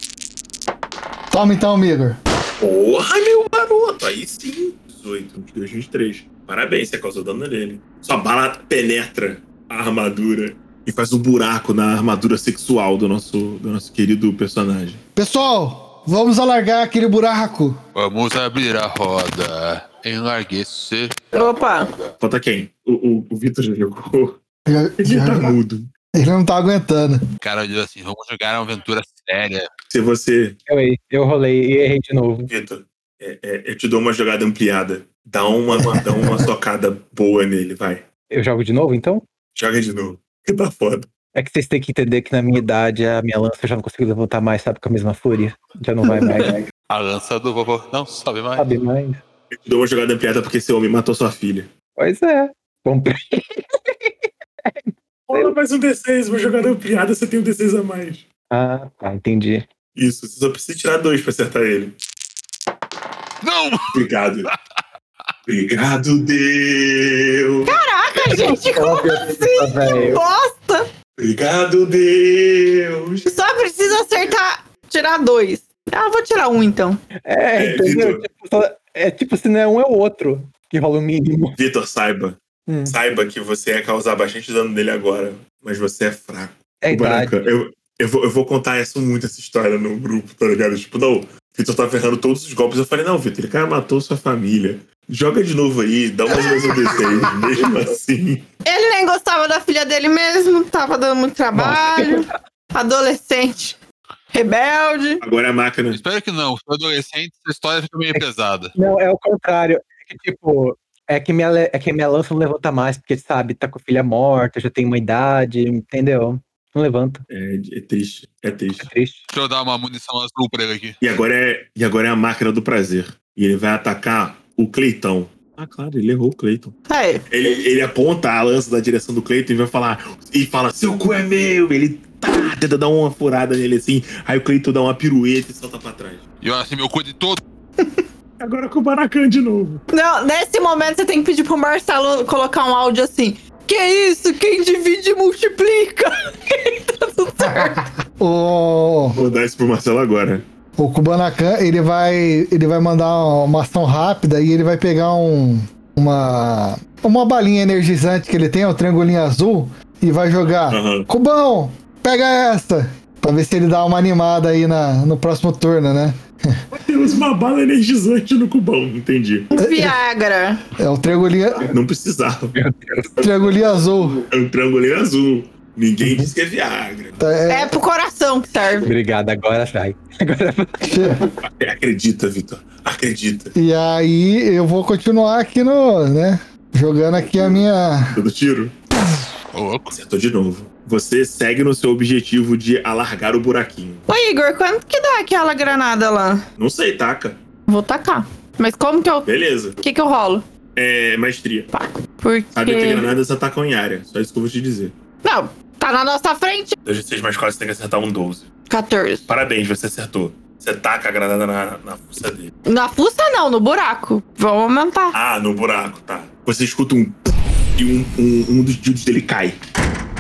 Speaker 5: Toma então, Migor.
Speaker 2: Porra, meu garoto! Aí sim! 18, 22, 23. Parabéns, você causou dano nele. Sua bala penetra a armadura e faz um buraco na armadura sexual do nosso, do nosso querido personagem.
Speaker 5: Pessoal, vamos alargar aquele buraco.
Speaker 4: Vamos abrir a roda. Enlarguecer.
Speaker 6: Opa.
Speaker 2: Falta quem? O, o, o Vitor já jogou.
Speaker 5: Já-
Speaker 2: Ele tá
Speaker 5: já-
Speaker 2: mudo.
Speaker 5: ele não tá aguentando.
Speaker 4: O cara olhou assim: vamos jogar uma aventura séria.
Speaker 2: Se você
Speaker 7: Eu, errei, eu rolei e errei de novo.
Speaker 2: Vitor, é- é- eu te dou uma jogada ampliada. Dá uma, uma- dá uma socada boa nele, vai.
Speaker 7: Eu jogo de novo, então?
Speaker 2: Joga de novo. Que tá foda.
Speaker 7: É que vocês têm que entender que na minha idade a minha lança eu já não consigo levantar mais, sabe? Com a mesma fúria. Já não vai mais,
Speaker 4: A lança do vovô não sobe mais.
Speaker 7: sabe mais.
Speaker 2: Eu te dou uma jogada ampliada porque esse homem matou sua filha.
Speaker 7: Pois é. Comprei.
Speaker 2: Rola mais um D6, uma jogada ampliada, você tem um D6 a mais.
Speaker 7: Ah, tá, entendi.
Speaker 2: Isso, você só precisa tirar dois pra acertar ele.
Speaker 4: Não!
Speaker 2: Obrigado. Obrigado, Deus!
Speaker 6: Ai, gente, como
Speaker 7: Ah, velho.
Speaker 6: bosta!
Speaker 2: Obrigado, Deus!
Speaker 6: Só precisa acertar, tirar dois. Ah, vou tirar um então.
Speaker 7: É,
Speaker 2: É,
Speaker 7: entendeu?
Speaker 2: Vitor.
Speaker 7: Tipo, só- é tipo, se não é um, é o outro. que rola o mínimo.
Speaker 2: Vitor, saiba.
Speaker 7: Hum.
Speaker 2: Saiba que você ia causar bastante dano nele agora, mas você é fraco.
Speaker 7: É a
Speaker 2: Ô, Branca,
Speaker 7: idade.
Speaker 2: eu, eu, vou, eu vou contar essa, muito essa história no grupo, tá ligado? Tipo, não, o Vitor tá ferrando todos os golpes. Eu falei, não, Vitor, ele cara matou sua família. Joga de novo aí, dá mais ou menos um D6, mesmo assim.
Speaker 6: Ele nem gostava da filha dele mesmo, tava dando muito trabalho. Adolescente. Rebelde.
Speaker 2: Agora é a máquina.
Speaker 4: Espero que não. Se eu adolescente, essa história fica meio pesada.
Speaker 7: Não, é o contrário. É que, tipo, é que, minha, le- é que minha lança não levanta mais, porque, sabe, tá com a filha morta, já tem uma idade, entendeu? Não levanta.
Speaker 2: É, é triste, é
Speaker 7: É
Speaker 2: triste.
Speaker 7: triste.
Speaker 4: Deixa eu dar uma munição azul pra ele aqui.
Speaker 2: E agora é, e agora é a máquina do prazer. E ele vai atacar o Cleitão. Ah, claro, ele errou o Cleiton.
Speaker 6: Aí.
Speaker 2: Ele, ele aponta a lança da direção do Cleiton e vai falar. E fala, seu cu é meu! Ele tá, tenta dar uma furada nele assim. Aí o Cleiton dá uma pirueta e solta pra trás.
Speaker 4: E olha assim, meu cu de todo.
Speaker 2: Agora com o Baracan de novo.
Speaker 6: Não, nesse momento você tem que pedir pro Marcelo colocar um áudio assim. Que isso? Quem divide multiplica.
Speaker 5: O,
Speaker 2: Vou dar isso pro Marcelo agora.
Speaker 5: o Kubanacan, ele vai, ele vai mandar uma ação rápida e ele vai pegar um, uma, uma balinha energizante que ele tem, um triangulinho azul, e vai jogar.
Speaker 2: Aham.
Speaker 5: Cubão, pega essa! Pra ver se ele dá uma animada aí na, no próximo turno, né?
Speaker 2: Temos uma bala energizante no cubão, entendi.
Speaker 6: Viagra.
Speaker 5: É o triangulinho,
Speaker 2: Não precisava.
Speaker 5: triangulinho azul.
Speaker 2: É um triangulinho azul. Ninguém disse que é Viagra.
Speaker 5: Tá, é-
Speaker 6: É pro coração que serve.
Speaker 7: Obrigado, agora sai. Agora vai.
Speaker 2: Acredita, Vitor. Acredita.
Speaker 5: E aí eu vou continuar aqui no, né? Jogando aqui a minha.
Speaker 2: Todo tiro.
Speaker 4: Ô, louco.
Speaker 2: Acertou de novo. Você segue no seu objetivo de alargar o buraquinho.
Speaker 6: Ô, Igor, quanto que dá aquela granada lá?
Speaker 2: Não sei, taca.
Speaker 6: Vou tacar. Mas como que eu.
Speaker 2: Beleza.
Speaker 6: O que que eu rolo?
Speaker 2: É maestria.
Speaker 6: Porque.
Speaker 2: Sabe que granadas atacam em área. Só isso que eu vou te dizer.
Speaker 6: Não, tá na nossa frente.
Speaker 2: 2 mais 4, você tem que acertar um 12.
Speaker 6: 14.
Speaker 2: Parabéns, você acertou. Você taca a granada na, na fuça dele.
Speaker 6: Na fuça não, no buraco. Vamos aumentar.
Speaker 2: Ah, no buraco, tá. Você escuta um... E um, um, um dos dildos dele cai.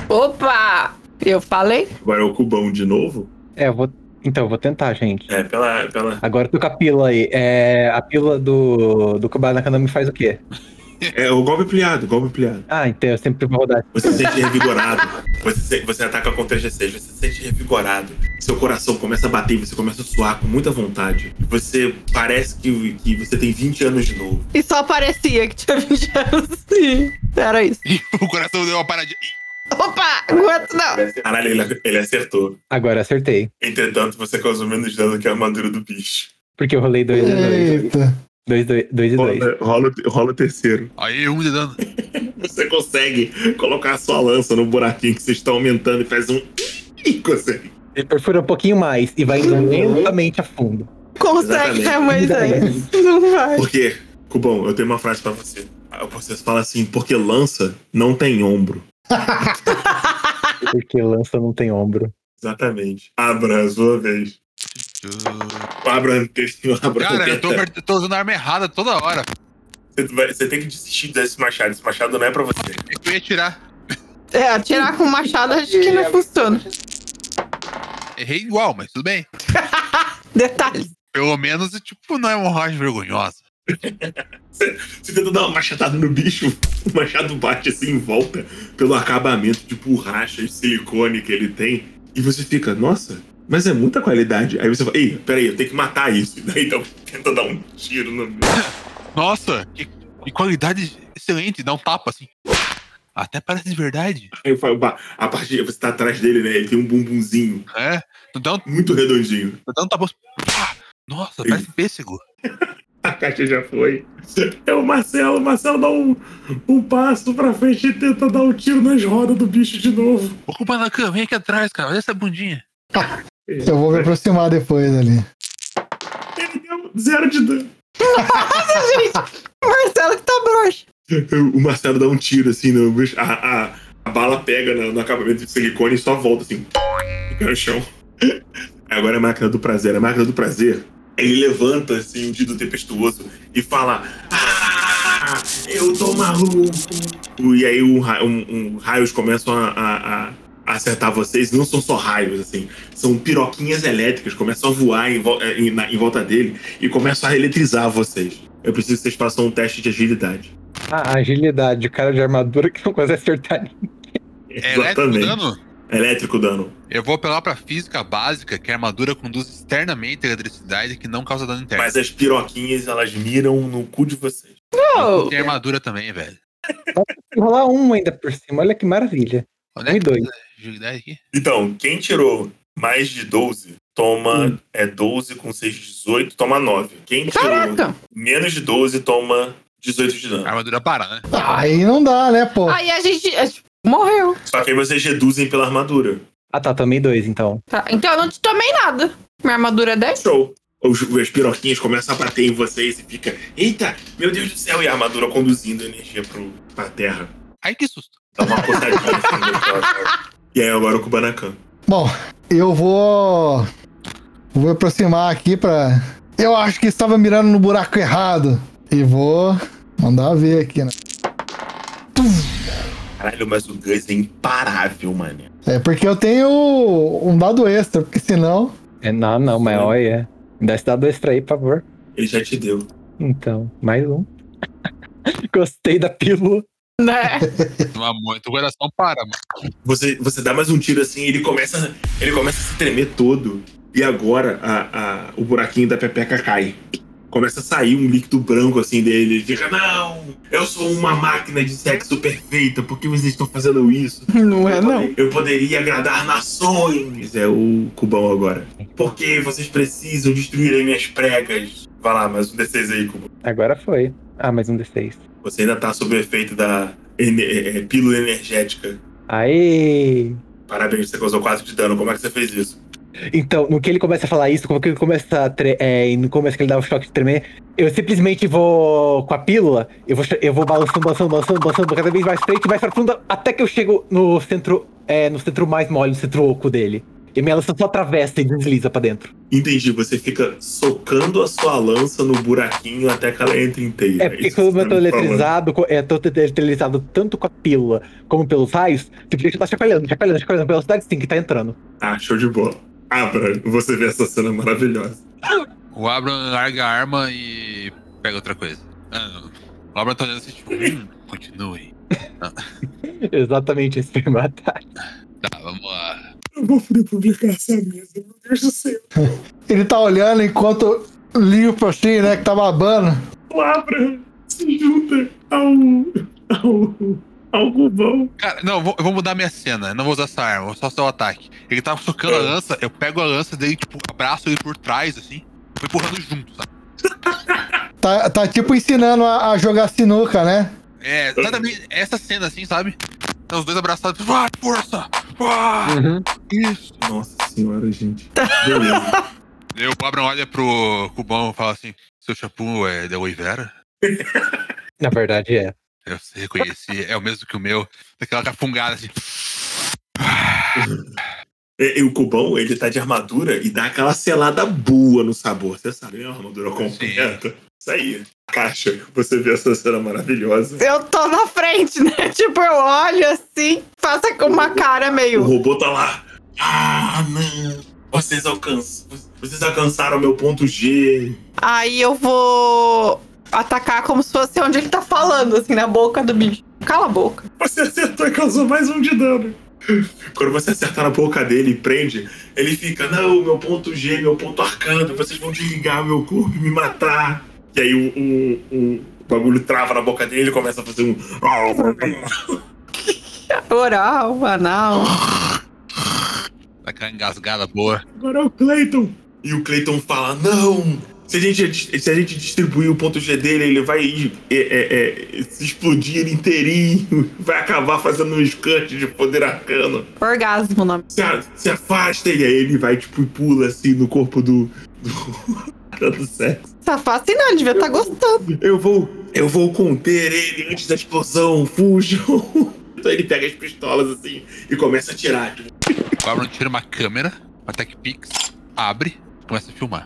Speaker 6: Opa! Eu falei?
Speaker 2: Agora é o cubão de novo.
Speaker 7: É, eu vou. Então, eu vou tentar, gente.
Speaker 2: É, pela... pela...
Speaker 7: Agora eu tô com a pílula aí. É, a pílula do, do Kubanakan me faz o quê?
Speaker 2: É o golpe pliado, golpe pliado.
Speaker 7: Ah, então eu sempre vou rodar.
Speaker 2: Você se sente revigorado. Você, se- você ataca com 3G6, você se sente revigorado. Seu coração começa a bater, você começa a suar com muita vontade. Você parece que, que você tem 20 anos de novo.
Speaker 6: E só parecia que tinha 20 anos. Sim. Era isso.
Speaker 4: Ih, o coração deu uma paradinha. Ih,
Speaker 6: Opa! Aguento não.
Speaker 2: Caralho, ele, ele acertou.
Speaker 7: Agora eu acertei.
Speaker 2: Entretanto, você causou menos dano que a armadura do bicho.
Speaker 7: Porque eu rolei 2 e
Speaker 5: Eita!
Speaker 7: 2. 2 e 2.
Speaker 2: Rola, rola, o- rola o terceiro.
Speaker 4: Aí, um de dano.
Speaker 2: Você consegue colocar a sua lança no buraquinho que vocês estão aumentando e faz um. E consegue.
Speaker 7: Ele perfura um pouquinho mais e vai indo lentamente a fundo.
Speaker 6: Consegue, né, Moisés?
Speaker 7: Exatamente.
Speaker 6: Não vai.
Speaker 2: Por quê? Cubão, eu tenho uma frase pra você. Ah, Você fala assim, porque lança não tem ombro.
Speaker 7: Porque lança não tem ombro.
Speaker 2: Exatamente. Abra, a sua vez. Abra texto, abra
Speaker 4: Cara, eu tô,
Speaker 2: testa.
Speaker 4: per- tô usando a arma errada toda hora.
Speaker 2: Você vai- Você tem que desistir desse machado. Esse machado não é pra você.
Speaker 4: É que eu ia tirar.
Speaker 6: É, atirar com machado acho que não funciona.
Speaker 4: Errei igual, mas tudo bem.
Speaker 6: Detalhe.
Speaker 4: Pelo menos, tipo, não é uma rocha vergonhosa.
Speaker 2: Você tenta dar uma machadada no bicho, o machado bate assim em volta pelo acabamento de borracha e silicone que ele tem. E você fica, nossa, mas é muita qualidade. Aí você fala, ei, peraí, eu tenho que matar isso. E daí então, tenta dar um tiro no bicho.
Speaker 4: Nossa, que, que qualidade excelente. Dá um tapa assim. Até parece de verdade.
Speaker 2: Aí eu falo, "Bah, a parte você tá atrás dele, né? Ele tem um bumbumzinho
Speaker 4: É. Tu dá um,
Speaker 2: muito redondinho.
Speaker 4: tu dá um tapa. Ah, nossa, parece pêssego.
Speaker 2: A caixa já foi. É o Marcelo. O Marcelo dá um, um passo pra frente e tenta dar um tiro nas rodas do bicho de novo.
Speaker 4: Ô, Kubanakan, vem aqui atrás, cara. Olha essa bundinha.
Speaker 5: Eu vou me aproximar depois ali.
Speaker 2: Ele deu zero de dano.
Speaker 6: Marcelo que tá broxa.
Speaker 2: O Marcelo dá um tiro assim no bicho. A, a, a bala pega no, no acabamento de silicone e só volta assim. Fica no chão. Agora é a máquina do prazer. A máquina do prazer. Ele levanta assim, o dedo tempestuoso e fala: Ah, eu tô maluco. E aí um, ra- um- um- raios começam a, a- a- a acertar vocês. Não são só raios, assim. São piroquinhas elétricas. Começam a voar em, vol- eh, em- na- em volta dele e começam a eletrizar vocês. Eu preciso que vocês façam um teste de agilidade.
Speaker 7: Ah, agilidade, o cara de armadura que não consegue acertar ninguém.
Speaker 4: É elétrico dano?
Speaker 2: Elétrico dano.
Speaker 4: Eu vou apelar pra física básica, que a armadura conduz externamente a eletricidade que não causa dano interno.
Speaker 2: Mas as piroquinhas, elas miram no cu de vocês.
Speaker 6: Oh,
Speaker 4: Tem armadura também, velho.
Speaker 7: Vou rolar um ainda por cima, olha que maravilha.
Speaker 4: Onde é que
Speaker 7: um E dois.
Speaker 4: tá a agilidade aqui?
Speaker 2: Então, quem tirou mais de 12, toma. É 12 com 6, 18, toma 9. Quem tirou
Speaker 6: caraca!
Speaker 2: menos de 12, toma 18 de dano.
Speaker 4: Armadura para, né?
Speaker 5: Aí não dá, né, pô?
Speaker 6: Aí a gente a gente morreu.
Speaker 2: Só que aí vocês reduzem pela armadura.
Speaker 7: Ah tá, tomei dois então.
Speaker 6: Tá, Então eu não te tomei nada. Minha armadura é 10.
Speaker 2: Show. Os, as piroquinhas começam a bater em vocês e fica. Eita, meu Deus do céu! E a armadura conduzindo energia pro, pra terra.
Speaker 4: Ai, que susto.
Speaker 2: Dá uma coçadinha. assim, no chão, sabe? e aí agora o Kubanakan.
Speaker 5: Bom, eu vou. Vou me aproximar aqui pra. Eu acho que estava mirando no buraco errado. E vou mandar ver aqui, né?
Speaker 2: Caralho, mas o Gus é imparável, mano.
Speaker 5: É porque eu tenho um dado extra, porque senão.
Speaker 7: É, não, não, mas olha. Me dá esse dado extra aí, por favor.
Speaker 2: Ele já te deu.
Speaker 7: Então, mais um. Gostei da pílula.
Speaker 6: Né?
Speaker 4: Não há muito. O coração para, mano.
Speaker 2: Você, você dá mais um tiro assim, ele começa, ele começa a se tremer todo. E agora a, a- o buraquinho da pepeca cai. Começa a sair um líquido branco assim dele. Ele fica, não! Eu sou uma máquina de sexo perfeita, por que vocês estão fazendo isso?
Speaker 6: Não é, não.
Speaker 2: Eu poderia agradar nações! É o cubão agora. Porque vocês precisam destruir as minhas pregas. Vai lá, mais um D6 aí, cubão.
Speaker 7: Agora foi. Ah, mais um D6.
Speaker 2: Você ainda tá sob o efeito da ene- eh, pílula energética.
Speaker 7: Aê!
Speaker 2: Parabéns, você causou 4 de dano. Como é que você fez isso?
Speaker 7: Então, no que ele começa a falar isso, como que ele começa a tre é, e no começo que ele dá o choque de tremer, eu simplesmente vou com a pílula, eu vou, che- eu vou balançando, balançando, balançando, balançando cada vez mais pra frente, mais pra fundo, até que eu chego no centro, é, no centro mais mole, no centro oco dele. E minha lança só atravessa e desliza pra dentro.
Speaker 2: Entendi, você fica socando a sua lança no buraquinho até que ela entre inteira.
Speaker 7: É porque
Speaker 2: Isso que
Speaker 7: como
Speaker 2: você
Speaker 7: eu tô
Speaker 2: tá me falando.
Speaker 7: eletrizado, co- é, tô te- eletrizado tanto com a pílula como pelos raios, simplesmente tá chacoalhando, chacoalhando, chacoalhando, velocidade sim que tá entrando.
Speaker 2: Ah, show de bola. Abra, você vê essa cena maravilhosa.
Speaker 4: O Abram larga a arma e pega outra coisa. Ah, não. O Abram tá olhando assim, tipo, hum, continue.
Speaker 7: Exatamente esse primeiro ataque.
Speaker 4: Tá, vamos lá.
Speaker 2: Eu vou poder publicar essa mesa, meu Deus do céu.
Speaker 5: Ele tá olhando enquanto limpa assim, né? Que tá babando.
Speaker 2: O Abra se junta ao. ao. um, ao Rubão.
Speaker 4: Cara, não, eu vou, eu vou mudar minha cena. Eu não vou usar essa arma, vou só usar o ataque. Ele tava socando a lança, eu pego a lança dele, tipo, abraço ele por trás, assim. Vou empurrando junto, sabe?
Speaker 5: Tá, tá tipo ensinando a, a jogar sinuca, né?
Speaker 4: É, exatamente essa cena, assim, sabe? Então, os dois abraçados, vai, força! Ah!" Vai! Isso!
Speaker 2: Nossa senhora, gente. Beleza.
Speaker 4: Eu, o Abram olha pro Cubão e fala assim: seu shampoo é da Oivera?
Speaker 7: Na verdade é.
Speaker 4: Eu se reconheci, é o mesmo que o meu. Daquela cafungada assim.
Speaker 2: E, e o Cubão, ele tá de armadura e dá aquela selada boa no sabor. Você sabe, né? Uma armadura completa. Isso aí. Caixa, você vê essa cena maravilhosa.
Speaker 6: Eu tô na frente, né? Tipo, eu olho assim, faço com uma cara
Speaker 2: O
Speaker 6: meio.
Speaker 2: robô tá lá. Ah, não. Vocês, alcançam, vocês alcançaram meu ponto G.
Speaker 6: Aí eu vou atacar como se fosse onde ele tá falando, assim, na boca do bicho. Cala a boca.
Speaker 2: Você acertou e causou mais um de dano. Quando você acertar na boca dele e prende, ele fica, não, meu ponto G, meu ponto arcano, vocês vão desligar meu corpo e me matar. E aí o, o- o bagulho trava na boca dele e começa a fazer um.
Speaker 6: Oral, anal.
Speaker 4: Daquela engasgada boa.
Speaker 2: Agora é o Clayton. E o Clayton fala: Não! Se a gente, se a gente distribuir o ponto G dele, ele vai é, é, é, se explodir inteirinho. Vai acabar fazendo um escante de poder arcano.
Speaker 6: Orgasmo o nome.
Speaker 2: Se, a- se afasta ele. Aí ele vai, tipo, e pula assim no corpo do. do. do sexo.
Speaker 6: Safado assim não, devia estar gostando.
Speaker 2: Eu vou. Eu vou conter ele antes da explosão. Fujam! Então ele pega as pistolas assim e começa a atirar. tipo.
Speaker 4: O Abram tira uma câmera, uma Tech Pix, abre, começa a filmar.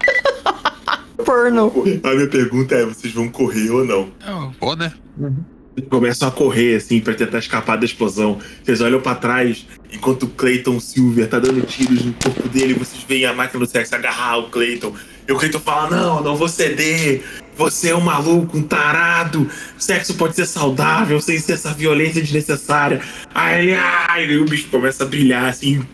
Speaker 6: Porno.
Speaker 2: A minha pergunta é: vocês vão correr ou não?
Speaker 4: Eu vou, né?
Speaker 2: começam a correr, assim, pra tentar escapar da explosão. Vocês olham pra trás, enquanto o Clayton Silver tá dando tiros no corpo dele, vocês veem a máquina do sexo agarrar o Clayton. E o Clayton fala: Não, não vou ceder. Você é um maluco, um tarado. Sexo pode ser saudável sem ser essa violência desnecessária. Aí ele, ai, e o bicho começa a brilhar assim.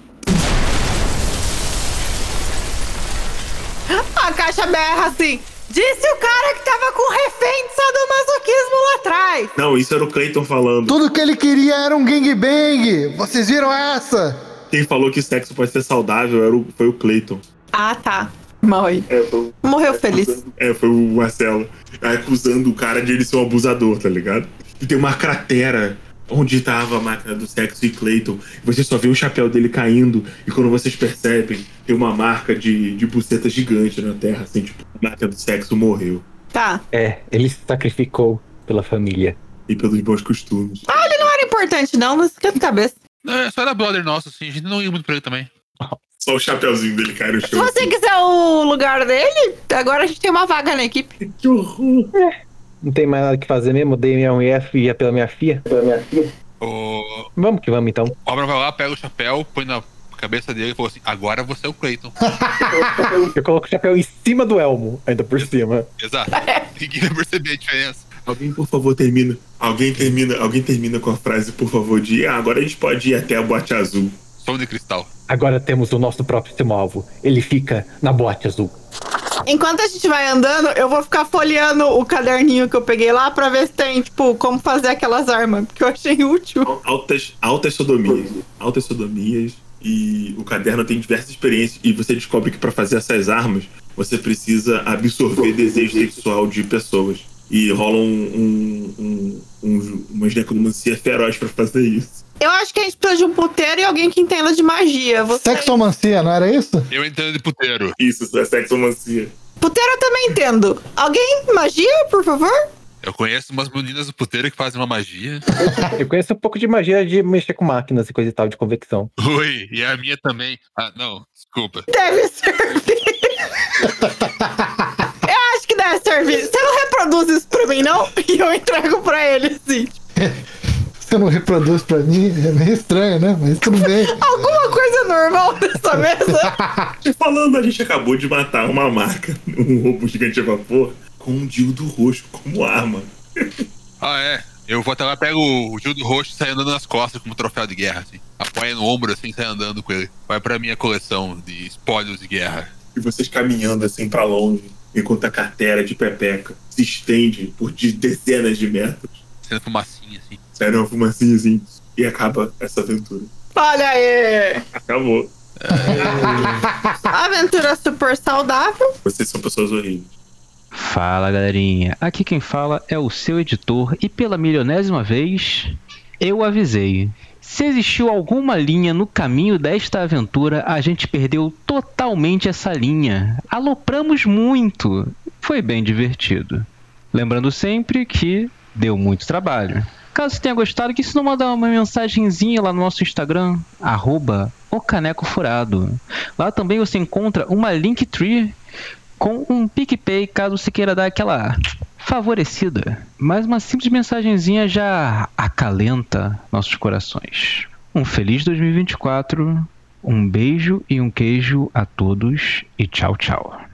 Speaker 6: A caixa berra assim. Disse o cara que tava com refém de sadomasoquismo lá atrás.
Speaker 2: Não, isso era o Clayton falando.
Speaker 5: Tudo que ele queria era um gangbang. Vocês viram essa?
Speaker 2: Quem falou que sexo pode ser saudável era o, foi o Clayton.
Speaker 6: Ah, tá. Mal aí.
Speaker 2: É, foi o-
Speaker 6: Morreu feliz.
Speaker 2: É, foi o Marcelo. Acusando o cara de ele ser um abusador, tá ligado? E tem uma cratera onde tava a máquina do sexo e Clayton. Você só vê o chapéu dele caindo. E quando vocês percebem, tem uma marca de, de buceta gigante na terra, assim, tipo, a máquina do sexo morreu.
Speaker 6: Tá.
Speaker 7: É, ele se sacrificou pela família.
Speaker 2: E pelos bons costumes.
Speaker 6: Não era importante, não, mas esquenta a cabeça.
Speaker 4: Não, é só era brother nosso, assim. A gente não ia muito pra ele também.
Speaker 2: Só o chapéuzinho dele cai no
Speaker 6: Se
Speaker 2: chão. assim.
Speaker 6: você quiser o lugar dele, agora a gente tem uma vaga na equipe.
Speaker 2: Que horror!
Speaker 7: Não tem mais nada que fazer mesmo, dei minha UF e ia pela minha filha.
Speaker 4: O
Speaker 7: Vamos que vamos então.
Speaker 4: Obra vai lá, pega o chapéu, põe na cabeça dele e falou assim: agora você é o Clayton.
Speaker 7: Eu coloco o chapéu em cima do elmo, ainda por cima.
Speaker 4: Exato. Ninguém vai perceber a diferença.
Speaker 2: Alguém, por favor, termina. Alguém termina, alguém termina com a frase, por favor, de ah, agora a gente pode ir até a boate azul.
Speaker 4: Som de cristal.
Speaker 7: Agora temos o nosso próximo alvo. Ele fica na boate azul.
Speaker 6: Enquanto a gente vai andando, eu vou ficar folheando o caderninho que eu peguei lá pra ver se tem, tipo, como fazer aquelas armas, porque eu achei útil.
Speaker 2: altas, altas sodomias. Altas sodomias. E o caderno tem diversas experiências. E você descobre que para fazer essas armas, você precisa absorver desejo sexual de pessoas. E rola um, um, um, um, uma necromancia feroz para fazer isso.
Speaker 6: Eu acho que a gente precisa de um puteiro e alguém que entenda de magia. Você...
Speaker 5: Sexomancia, não era isso?
Speaker 4: Eu entrando de puteiro.
Speaker 2: Isso, isso é sexomancia.
Speaker 6: Puteiro eu também entendo. Alguém magia, por favor?
Speaker 4: Eu conheço umas meninas do puteiro que fazem uma magia.
Speaker 7: Eu conheço um pouco de magia de mexer com máquinas e coisa e tal, de convecção.
Speaker 4: Ui, e a minha também. Ah, não, desculpa.
Speaker 6: Deve servir. eu acho que deve servir. Você não reproduz isso pra mim, não? E eu entrego pra ele, sim.
Speaker 5: Você não reproduz pra mim? É meio estranho, né? Mas tudo bem.
Speaker 6: Alguma coisa normal nessa mesa?
Speaker 2: E Falando, a gente acabou de matar uma marca, um roubo gigante a vapor, com um dildo roxo como arma.
Speaker 4: Ah, é. Eu vou até lá, pego o Gil do Roxo e saio andando nas costas como troféu de guerra, assim. Apoia no ombro, assim, sai andando com ele. Vai pra minha coleção de espólios de guerra.
Speaker 2: e vocês caminhando assim pra longe, enquanto a carteira de Pepeca se estende por de- dezenas de metros,
Speaker 4: Sendo fumacinha, assim.
Speaker 2: sai uma fumacinha assim, e acaba essa aventura.
Speaker 6: Olha aí!
Speaker 2: Acabou.
Speaker 6: Aventura super saudável.
Speaker 2: Vocês são pessoas horríveis.
Speaker 9: Fala galerinha, aqui quem fala é o seu editor e pela milionésima vez eu avisei. Se existiu alguma linha no caminho desta aventura, a gente perdeu totalmente essa linha. Alopramos muito. Foi bem divertido. Lembrando sempre que deu muito trabalho. Caso tenha gostado, que se não mandar uma mensagenzinha lá no nosso Instagram, arroba o Caneco Furado. Lá também você encontra uma Linktree com um PicPay caso você queira dar aquela favorecida. Mas uma simples mensagenzinha já acalenta nossos corações. Um feliz 2024, um beijo e um queijo a todos e tchau, tchau.